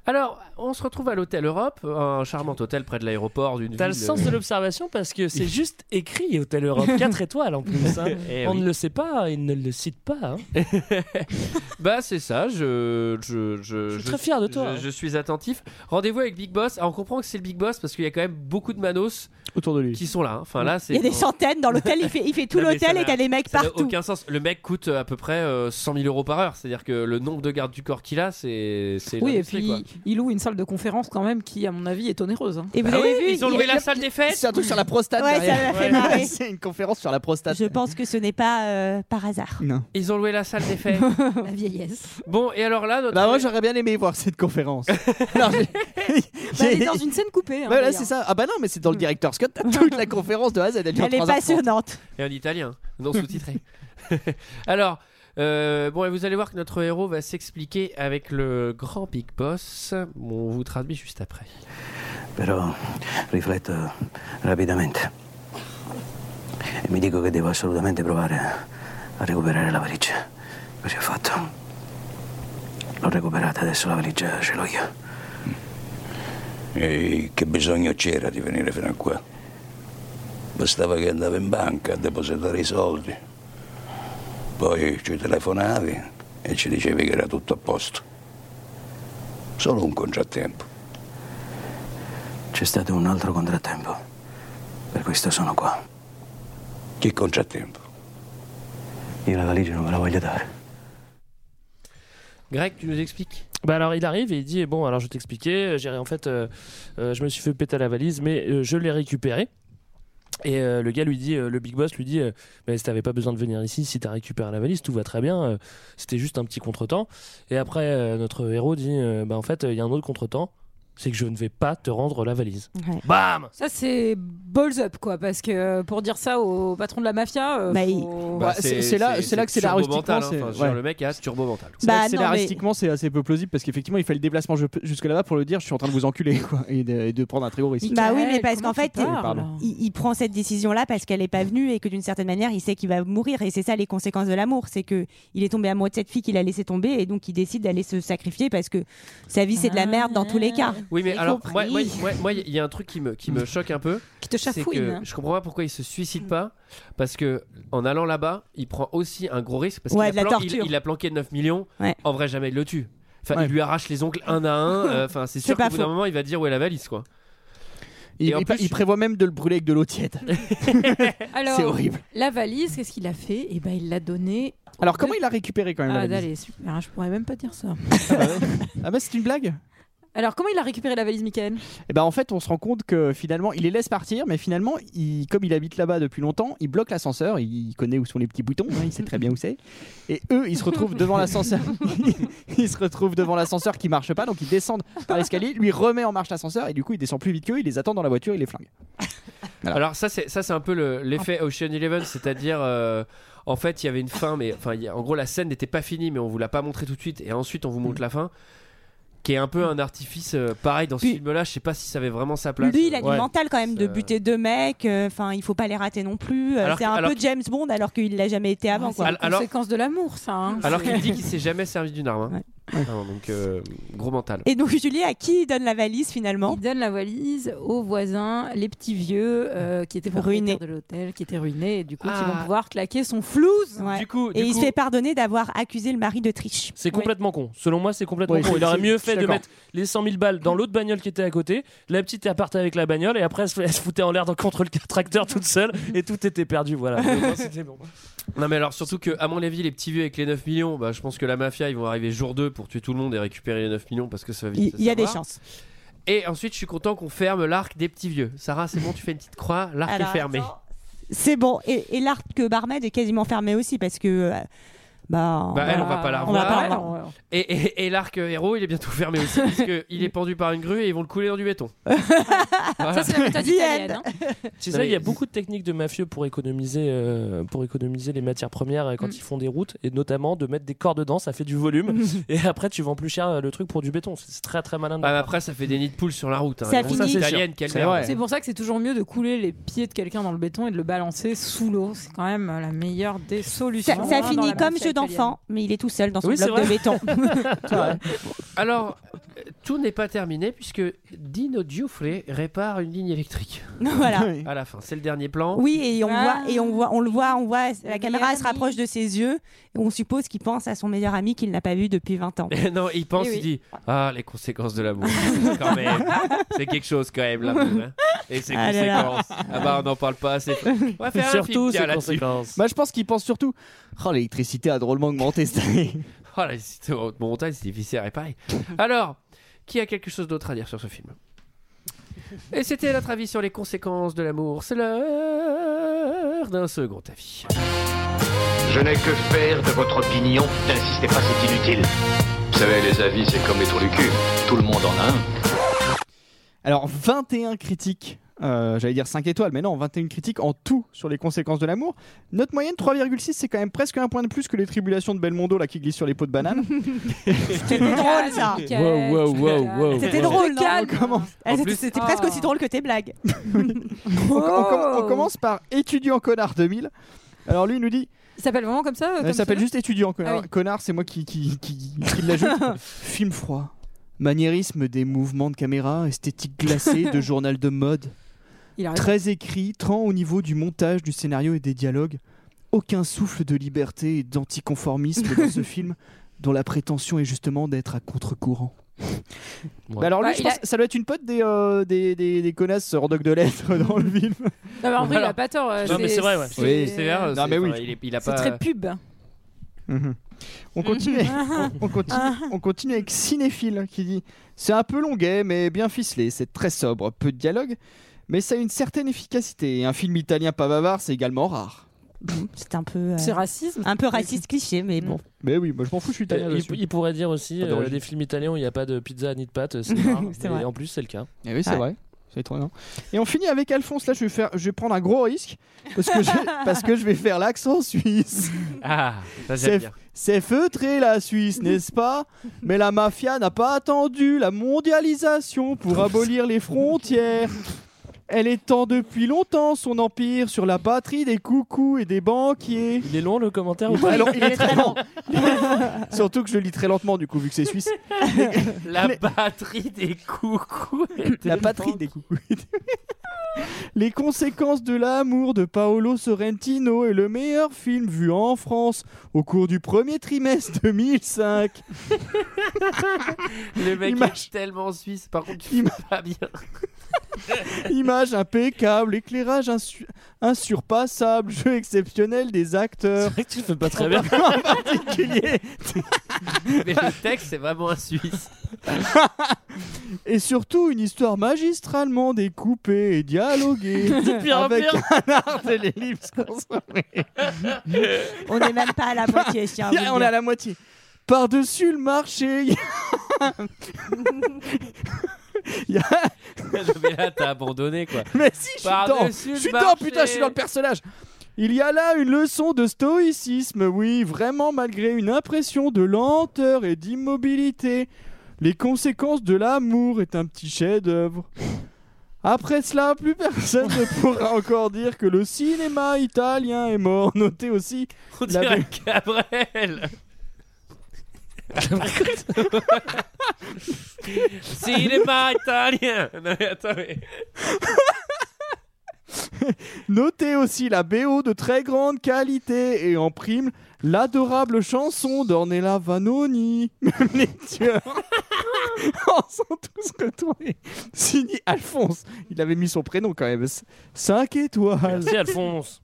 Speaker 1: Alors, on se retrouve à l'hôtel Europe, un charmant hôtel près de l'aéroport d'une ville. euh.
Speaker 9: T'as le sens de l'observation parce que c'est juste écrit Hôtel Europe 4 étoiles en plus. hein.
Speaker 1: Eh
Speaker 9: On
Speaker 1: oui.
Speaker 9: ne le sait pas, il ne le cite pas. hein.
Speaker 1: Bah, c'est ça, je. Je, Euh, je,
Speaker 9: Je suis très fier de toi. hein.
Speaker 1: Je, je suis attentif. Rendez-vous avec Big Boss. Alors, on comprend que c'est le Big Boss parce qu'il y a quand même beaucoup de manos
Speaker 6: autour de lui.
Speaker 1: qui sont là. hein. Enfin, là, c'est.
Speaker 10: Il y a des centaines dans l'hôtel, il fait, il fait tout
Speaker 1: Non, mais ça
Speaker 10: l'hôtel
Speaker 1: n'a-
Speaker 10: et t'as des mecs
Speaker 1: Ça n'a
Speaker 10: partout.
Speaker 1: aucun sens. Le mec coûte à peu près euh, 100 000 euros par heure. C'est-à-dire que le nombre de gardes du corps qu'il a, c'est. c'est
Speaker 7: Oui, et
Speaker 1: l'industrie,
Speaker 7: puis
Speaker 1: quoi.
Speaker 7: il loue une salle de conférence quand même qui, à mon avis, est onéreuse. hein.
Speaker 10: Et vous
Speaker 1: Ah
Speaker 10: avez
Speaker 1: oui,
Speaker 10: vu
Speaker 1: ils ont
Speaker 10: il-
Speaker 1: loué la
Speaker 10: il-
Speaker 1: salle des fêtes.
Speaker 6: C'est un truc sur la prostate.
Speaker 10: Ouais,
Speaker 6: derrière.
Speaker 10: ça m'a fait marrer.
Speaker 6: C'est une conférence sur la prostate.
Speaker 10: Je pense que ce n'est pas euh, par hasard.
Speaker 6: Non.
Speaker 1: Ils ont loué la salle des fêtes.
Speaker 7: La vieillesse.
Speaker 1: bon, et alors là, notre.
Speaker 6: Bah moi j'aurais bien aimé voir cette conférence. Alors, j'ai-
Speaker 7: Bah, elle est dans une scène coupée. hein,
Speaker 6: Ouais, là
Speaker 7: d'ailleurs.
Speaker 6: c'est ça. Ah bah non mais c'est dans le directeur Scott. T'as toute la conférence de A à Z. Elle, dure
Speaker 10: Elle est
Speaker 6: 3h30.
Speaker 10: passionnante.
Speaker 1: Et en italien, hein, non sous-titré. Alors, euh, bon, et vous allez voir que notre héros va s'expliquer avec le grand Big Boss. Bon, on vous traduit juste après.
Speaker 8: Però rifletto rapidamente e mi dico che devo assolutamente provare a recuperare la valigia. Così ho fatto. L'ho recuperata, adesso la valigia ce l'ho io.
Speaker 11: E che bisogno c'era di venire fino a qua? Bastava che andavo in banca a depositare i soldi. Poi ci telefonavi e ci dicevi che era tutto a posto. Solo un contrattempo.
Speaker 8: C'è stato un altro contrattempo. Per questo sono qua.
Speaker 11: Che contrattempo?
Speaker 8: Io la valigia non ve la voglio dare.
Speaker 1: Greg, tu nous expliques
Speaker 9: Bah alors il arrive et il dit bon alors je vais t'expliquer j'ai en fait euh, euh, je me suis fait péter la valise mais euh, je l'ai récupérée et euh, le gars lui dit euh, le big boss lui dit euh, mais si t'avais pas besoin de venir ici si t'as récupéré la valise tout va très bien euh, c'était juste un petit contretemps et après euh, notre héros dit euh, bah en fait euh, il y a un autre contretemps c'est que je ne vais pas te rendre la valise
Speaker 10: Ouais.
Speaker 9: bam
Speaker 7: Ça, c'est balls up, quoi. Parce que euh, pour dire ça au patron de la mafia. euh,
Speaker 10: Bah, il-
Speaker 7: faut-
Speaker 6: Bah, c'est- c'est là- c'est là que c'est
Speaker 1: turbo
Speaker 6: l'arristiquement,
Speaker 1: mental, hein.
Speaker 6: c'est-
Speaker 1: Enfin, je veux dire,
Speaker 6: ouais.
Speaker 1: Le mec a turbo mental.
Speaker 6: C'est
Speaker 10: Bah
Speaker 6: vrai que
Speaker 10: non, mais-
Speaker 6: scénaristiquement, c'est assez peu plausible parce qu'effectivement, il fallait le déplacement ju- jusque là-bas pour le dire je suis en train de vous enculer quoi, et, de, et de prendre un très gros risque.
Speaker 10: Bah
Speaker 7: Michael,
Speaker 10: oui, mais parce
Speaker 7: comment
Speaker 10: qu'en fait,
Speaker 7: tu parles
Speaker 6: pardon.
Speaker 10: Il, il prend cette décision-là parce qu'elle n'est pas venue et que d'une certaine manière, il sait qu'il va mourir. Et c'est ça les conséquences de l'amour. C'est que il est tombé amoureux de cette fille qu'il a laissé tomber et donc il décide d'aller se sacrifier parce que sa vie, c'est de la merde dans tous les cas.
Speaker 1: Oui, mais
Speaker 10: J'ai
Speaker 1: alors,
Speaker 10: compris.
Speaker 1: moi, moi, moi- moi, il y a un truc qui me, qui me choque un peu.
Speaker 7: Qui te
Speaker 1: C'est
Speaker 7: chafouine.
Speaker 1: que
Speaker 7: hein.
Speaker 1: je comprends pas pourquoi il se
Speaker 10: Mm.
Speaker 1: suicide pas. Parce que en allant là-bas, il prend aussi un gros risque. Parce
Speaker 10: Ouais,
Speaker 1: qu'il
Speaker 10: de
Speaker 1: a,
Speaker 10: la
Speaker 1: plan- il,
Speaker 10: torture.
Speaker 1: il a planqué 9 millions.
Speaker 10: Ouais.
Speaker 1: En vrai, jamais il le tue. Enfin,
Speaker 6: Ouais.
Speaker 1: il lui arrache les ongles un à un. Euh, Enfin, c'est sûr
Speaker 10: pas
Speaker 1: qu'au bout d'un
Speaker 10: faux.
Speaker 1: moment, il va dire où est la valise, quoi.
Speaker 6: Il,
Speaker 1: Et en
Speaker 6: il pa-
Speaker 1: plus-
Speaker 6: il prévoit même de le brûler avec de l'eau tiède.
Speaker 7: Alors,
Speaker 6: C'est horrible.
Speaker 7: la valise, qu'est-ce qu'il a fait Eh ben, il l'a donnée.
Speaker 6: Alors, comment il a récupéré quand même
Speaker 7: Ah,
Speaker 6: la valise
Speaker 7: d'aller, super. hein, Je pourrais même pas dire ça.
Speaker 6: Ah, bah c'est une blague
Speaker 7: Alors, comment il a récupéré la valise, Michael
Speaker 6: Et bah en fait, on se rend compte que finalement, il les laisse partir, mais finalement, il, comme il habite là-bas depuis longtemps, il bloque l'ascenseur, il connaît où sont les petits boutons, hein, il sait très bien où c'est. Et eux, ils se retrouvent devant l'ascenseur. ils se retrouvent devant l'ascenseur qui marche pas, donc ils descendent par l'escalier, lui remet en marche l'ascenseur, et du coup, il descend plus vite qu'eux, il les attend dans la voiture, il les flingue. Voilà.
Speaker 1: Alors ça c'est ça c'est un peu le- l'effet Ocean Eleven, c'est-à-dire euh, en fait il y avait une
Speaker 10: Mm.
Speaker 1: fin, mais enfin il y a- en gros la scène n'était pas finie, mais on vous l'a pas montré tout de suite, et ensuite on vous montre la fin. qui est un peu un artifice euh, pareil dans ce film-là. Je sais pas si ça avait vraiment sa place.
Speaker 10: Lui, il a du
Speaker 1: Ouais.
Speaker 10: mental quand même de
Speaker 1: Ça-
Speaker 10: buter deux mecs. euh, Enfin, il faut pas les rater non plus. euh,
Speaker 1: Alors
Speaker 10: c'est
Speaker 1: que-
Speaker 10: un
Speaker 1: alors
Speaker 10: peu
Speaker 1: que-
Speaker 10: James Bond alors qu'il l'a jamais été avant.
Speaker 1: c'est
Speaker 10: quoi.
Speaker 1: une Alors- conséquence
Speaker 10: de l'amour, ça.
Speaker 7: hein.
Speaker 1: Alors qu'il dit qu'il s'est jamais servi d'une arme. hein. Vraiment, donc euh, gros mental.
Speaker 10: Et donc Julie, à qui il donne la valise finalement
Speaker 7: Il donne la valise aux voisins, les petits vieux euh, qui étaient ruinés de l'hôtel, qui étaient ruinés. Et du coup,
Speaker 10: Ah.
Speaker 7: ils vont pouvoir claquer son flouze.
Speaker 10: Ouais.
Speaker 9: Du coup-
Speaker 10: et
Speaker 9: du
Speaker 10: il
Speaker 9: coup-
Speaker 10: se fait pardonner d'avoir accusé le mari de triche.
Speaker 9: C'est complètement con. Selon moi, c'est complètement
Speaker 10: Oui,
Speaker 9: con.
Speaker 10: c'est-
Speaker 9: Il aurait
Speaker 10: c'est-
Speaker 9: mieux
Speaker 10: je suis
Speaker 9: fait de
Speaker 10: d'accord.
Speaker 9: mettre les 100 000 balles dans l'autre bagnole qui était à côté. La petite est partait avec la bagnole et après elle se elle se foutait en l'air dans- contre le tracteur toute seule et tout était perdu. Voilà.
Speaker 1: Non mais alors surtout que à mon avis les petits vieux avec les 9 millions, bah, je pense que la mafia ils vont arriver jour 2 pour tuer tout le monde et récupérer les 9 millions parce que ça va vite.
Speaker 10: Il il y a des
Speaker 1: savoir.
Speaker 10: chances.
Speaker 1: Et ensuite je suis content qu'on ferme l'arc des petits vieux. Sarah c'est bon tu fais une petite croix, l'arc
Speaker 10: Alors,
Speaker 1: est fermé.
Speaker 10: attends. C'est bon. Et, et l'arc barmaid est quasiment fermé aussi parce que. euh, bah,
Speaker 1: Bah elle on va
Speaker 7: Ah,
Speaker 1: pas la
Speaker 10: on va pas la
Speaker 1: revoir.
Speaker 10: revoir.
Speaker 1: et et- et l'arc euh, héros il est bientôt fermé aussi parce qu'il est pendu par une grue et ils vont le couler dans du béton.
Speaker 10: Ah,
Speaker 1: Voilà.
Speaker 9: Tu
Speaker 7: hein.
Speaker 1: Non,
Speaker 9: sais, il y
Speaker 1: mais-
Speaker 9: a beaucoup de techniques de mafieux pour économiser, euh, pour économiser les matières premières euh, quand ils font des routes, et notamment de mettre des corps dedans, ça fait du volume, et après tu vends plus cher euh, le truc pour du béton. C'est c'est très très malin. de
Speaker 1: Ah,
Speaker 9: leur
Speaker 1: mais
Speaker 9: part.
Speaker 1: après ça fait des nids de poules sur la route. Hein.
Speaker 9: Ça
Speaker 1: Bon,
Speaker 9: finit-
Speaker 1: c'est
Speaker 9: C'est
Speaker 1: italienne
Speaker 9: sûr.
Speaker 1: quelle
Speaker 9: C'est
Speaker 1: merde.
Speaker 9: vrai.
Speaker 7: C'est pour ça que c'est toujours mieux de couler les pieds de quelqu'un dans le béton et de le balancer sous l'eau. C'est quand même euh, la meilleure des
Speaker 10: Ça,
Speaker 7: solutions. hein,
Speaker 10: ça
Speaker 7: Dans
Speaker 10: finit
Speaker 7: la
Speaker 10: comme
Speaker 7: mafia
Speaker 10: jeu d'enfant, mais il est tout seul dans son
Speaker 7: Oui, c'est
Speaker 10: bloc de
Speaker 7: vrai.
Speaker 10: béton.
Speaker 1: Alors, euh, tout n'est pas terminé puisque Dino Giuffre répare une ligne électrique.
Speaker 10: Voilà.
Speaker 1: À la fin, c'est le dernier plan.
Speaker 10: Oui, et on
Speaker 7: Ah.
Speaker 10: voit, et on voit, on le voit, on voit la caméra elle se rapproche de ses yeux. Et on suppose qu'il pense à son meilleur ami qu'il n'a pas vu depuis 20 ans.
Speaker 1: non, il pense,
Speaker 10: Eh oui.
Speaker 1: il dit Ah, les conséquences de l'amour. quand même. C'est quelque chose quand même, l'amour. hein. Et ses
Speaker 6: Ah là là.
Speaker 1: conséquences. Ah bah, on n'en parle pas assez. On va faire un film, tiens, là-dessus.
Speaker 6: Bah, je pense qu'ils pensent surtout. Oh, l'électricité a drôlement augmenté cette année.
Speaker 1: Oh, la cité haute montagne, c'est difficile à réparer. Alors, qui a quelque chose d'autre à dire sur ce film Et c'était notre avis sur les conséquences de l'amour. C'est l'heure d'un second avis.
Speaker 12: Je n'ai que faire de votre opinion. N'insistez pas, c'est inutile.
Speaker 5: Vous savez, les avis, c'est comme les trous du cul. Tout le monde en a un.
Speaker 6: Alors, 21 critiques. euh, J'allais dire 5 étoiles, mais non, 21 critiques en tout sur les conséquences de l'amour. Notre moyenne 3,6, c'est quand même presque un point de plus que les tribulations de Belmondo là qui glissent sur les pots de banane.
Speaker 10: C'était drôle ça.
Speaker 6: Wow, wow, wow, wow,
Speaker 10: C'était
Speaker 6: wow.
Speaker 10: drôle, non
Speaker 6: Calme.
Speaker 10: Ah,
Speaker 6: En
Speaker 10: c'était-
Speaker 6: plus-
Speaker 10: C'était
Speaker 6: Ah.
Speaker 10: presque aussi drôle que tes blagues.
Speaker 6: on, on
Speaker 7: Oh.
Speaker 6: comm- on commence par étudiant connard 2000. Alors lui, il nous dit.
Speaker 7: Il s'appelle vraiment Oh, comme ça euh,
Speaker 6: Euh,
Speaker 7: comme
Speaker 6: Il s'appelle
Speaker 7: cela
Speaker 6: juste étudiant connard.
Speaker 7: Ah oui.
Speaker 6: Connard, c'est moi qui, qui, qui, qui l'ajoute. Film froid. Maniérisme des mouvements de caméra, esthétique glacée de journal de mode.
Speaker 7: Il a raison.
Speaker 6: Très écrit, tant au niveau du montage, du scénario et des dialogues. Aucun souffle de liberté et d'anticonformisme dans ce film, dont la prétention est justement d'être à contre-courant. Bah alors lui,
Speaker 7: Bah,
Speaker 6: je
Speaker 7: il
Speaker 6: pense
Speaker 7: a-
Speaker 6: que ça doit être une pote des, euh, des, des, des connasses hors dog de lettres dans le film.
Speaker 7: Non, mais en vrai, il a pas tort. euh,
Speaker 1: Non, mais c'est vrai, ouais.
Speaker 6: Oui.
Speaker 1: C'est vrai,
Speaker 6: Non,
Speaker 1: c'est-
Speaker 6: mais oui.
Speaker 1: enfin, il est- il a
Speaker 7: C'est
Speaker 1: pas-
Speaker 7: très pub.
Speaker 6: Mhm. On continue, on, on continue, on continue avec Cinéphile hein, qui dit C'est un peu longuet, mais bien ficelé, c'est très sobre, peu de dialogue, mais ça a une certaine efficacité. Et un film italien pas bavard, c'est également rare.
Speaker 10: C'était un peu. euh,
Speaker 7: C'est racisme.
Speaker 10: Un peu raciste cliché, mais bon.
Speaker 6: Mais oui, moi je m'en fous, je suis italien.
Speaker 9: Euh, il, il pourrait dire aussi
Speaker 6: Pas
Speaker 9: euh,
Speaker 6: d'origine.
Speaker 9: des films italiens où il n'y a pas de pizza ni de pâtes, c'est rare.
Speaker 6: C'est
Speaker 9: Et
Speaker 6: vrai.
Speaker 9: en plus, c'est le cas.
Speaker 6: Et Eh oui, c'est vrai. C'est étonnant. Et on finit avec Alphonse. Là, je vais, faire, je vais prendre un gros risque parce que je, parce que je vais faire l'accent suisse.
Speaker 1: Ah, ça j'aime
Speaker 6: C'est-
Speaker 1: bien.
Speaker 6: C'est feutré la Suisse, n'est-ce pas Mais la mafia n'a pas attendu la mondialisation pour abolir les frontières. Elle étend depuis longtemps son empire sur la batterie des coucous et des banquiers.
Speaker 9: Il est long le commentaire
Speaker 6: Il,
Speaker 9: ou pas
Speaker 6: est long- il est très long. Surtout que je lis très lentement du coup vu que c'est suisse.
Speaker 1: La batterie des coucous.
Speaker 6: La patrie des coucous. Les conséquences de l'amour de Paolo Sorrentino est le meilleur film vu en France au cours du premier trimestre 2005.
Speaker 1: Le mec
Speaker 6: Image-
Speaker 1: est tellement suisse, par contre, tu fais pas bien.
Speaker 6: Image impeccable, éclairage insu- insurpassable, jeu exceptionnel des acteurs.
Speaker 9: C'est vrai que tu fais pas très bien.
Speaker 6: en particulier.
Speaker 1: Mais le texte, c'est vraiment un suisse.
Speaker 6: Et surtout une histoire magistralement découpée et dialoguée
Speaker 1: De pire en
Speaker 6: avec
Speaker 1: pire.
Speaker 6: un art de l'ellipse consommée.
Speaker 10: On n'est même pas à la moitié, je tiens
Speaker 1: Ah,
Speaker 10: à vous le
Speaker 6: On est
Speaker 10: dire.
Speaker 6: à la moitié. Par-dessus le marché, il y a- il y a
Speaker 1: Non, mais là, t'as abandonné quoi.
Speaker 6: Mais si, je suis dedans.
Speaker 1: Par-dessus
Speaker 6: Je suis
Speaker 1: le
Speaker 6: dedans,
Speaker 1: marché.
Speaker 6: putain, je suis dans le personnage. Il y a là une leçon de stoïcisme, oui, vraiment malgré une impression de lenteur et d'immobilité. Les conséquences de l'amour est un petit chef-d'œuvre. Après cela, plus personne ne pourra encore dire que le cinéma italien est mort. Notez aussi
Speaker 1: On
Speaker 6: la
Speaker 1: dirait
Speaker 6: belle-
Speaker 1: Cabrel. Cinéma italien. Non, mais attends, mais-
Speaker 6: Notez aussi la BO de très grande qualité et en prime l'adorable chanson d'Ornella Vanoni. Même les tueurs en sont tous retournés. Signé Alphonse. Il avait mis son prénom quand même. 5 étoiles.
Speaker 9: Merci Alphonse.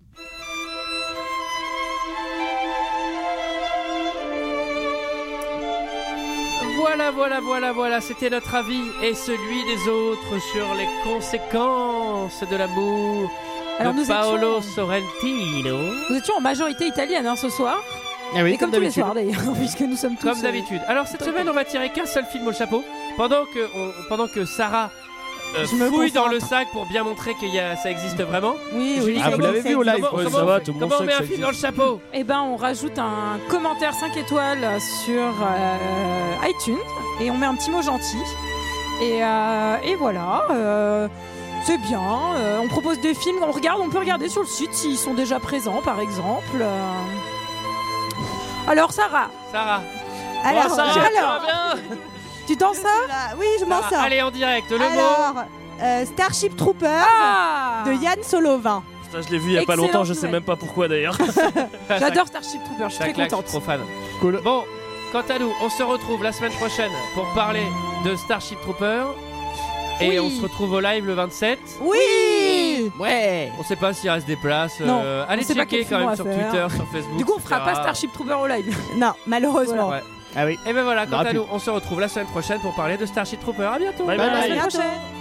Speaker 1: Voilà, voilà, voilà, voilà. C'était notre avis et celui des autres sur les conséquences de l'amour
Speaker 7: Alors,
Speaker 1: de
Speaker 7: nous
Speaker 1: Paolo
Speaker 7: étions-
Speaker 1: Sorrentino.
Speaker 7: Nous étions en majorité italienne hein, ce soir.
Speaker 1: Ah oui,
Speaker 7: Et
Speaker 1: comme
Speaker 7: comme, tous les
Speaker 1: d'habitude.
Speaker 7: soirs d'ailleurs, puisque nous sommes tous.
Speaker 1: Comme
Speaker 7: euh,
Speaker 1: d'habitude. Alors cette semaine, on va tirer qu'un seul film au chapeau. Pendant que, on- pendant que Sarah euh,
Speaker 9: Je me
Speaker 1: fouille dans
Speaker 9: concentre.
Speaker 1: le sac pour bien montrer que ça existe vraiment.
Speaker 7: Oui,
Speaker 9: oui. Ah, vous l'avez vu au live. Ouais, ça va, tout le monde
Speaker 1: Comment on
Speaker 9: sait
Speaker 1: met
Speaker 9: que
Speaker 1: un
Speaker 9: ça
Speaker 1: film
Speaker 9: existe.
Speaker 1: dans le chapeau
Speaker 7: Eh ben, on rajoute un commentaire 5 étoiles sur euh, iTunes et on met un petit mot gentil. Et, euh, et voilà, euh, c'est bien. euh, on propose des films, on regarde, on peut regarder sur le site s'ils sont déjà présents, par exemple. euh. Alors, Sarah.
Speaker 1: Sarah.
Speaker 10: Alors,
Speaker 9: Ah,
Speaker 1: Bon, Sarah,
Speaker 10: alors.
Speaker 1: tu vas bien
Speaker 10: Tu t'en sors Oui, je m'en
Speaker 1: Sarah,
Speaker 10: sors.
Speaker 1: Allez en direct, le
Speaker 10: Alors,
Speaker 1: mot.
Speaker 10: euh, Starship Troopers
Speaker 7: Ah.
Speaker 10: de Yann Solovin.
Speaker 9: Putain, je l'ai vu il y a pas
Speaker 10: Excellente
Speaker 9: longtemps, je sais
Speaker 10: nouvelle.
Speaker 9: même pas pourquoi d'ailleurs.
Speaker 7: J'adore Starship Troopers, je suis
Speaker 1: Ça
Speaker 7: très
Speaker 1: claque,
Speaker 7: contente.
Speaker 1: je suis trop fan. Bon, quant à nous, on se retrouve la semaine prochaine pour parler de Starship Trooper. Et
Speaker 7: Oui.
Speaker 1: on se retrouve au live le 27.
Speaker 7: Oui Ouais
Speaker 1: On sait pas s'il reste des places.
Speaker 7: Non,
Speaker 1: euh,
Speaker 7: on
Speaker 1: allez
Speaker 7: sait pas
Speaker 1: checker
Speaker 7: quel film
Speaker 1: quand
Speaker 7: on
Speaker 1: même
Speaker 7: va
Speaker 1: sur
Speaker 7: faire.
Speaker 1: Twitter, sur Facebook.
Speaker 7: Du coup, on fera
Speaker 1: etc.
Speaker 7: pas Starship Trooper au live.
Speaker 10: Non, malheureusement.
Speaker 1: Ouais.
Speaker 6: Ah oui.
Speaker 1: Et ben voilà, quant
Speaker 6: N'aura
Speaker 1: à
Speaker 6: plus.
Speaker 1: nous, on se retrouve la semaine prochaine pour parler de Starship Trooper. À bientôt.
Speaker 10: Bye bye. À la semaine prochaine.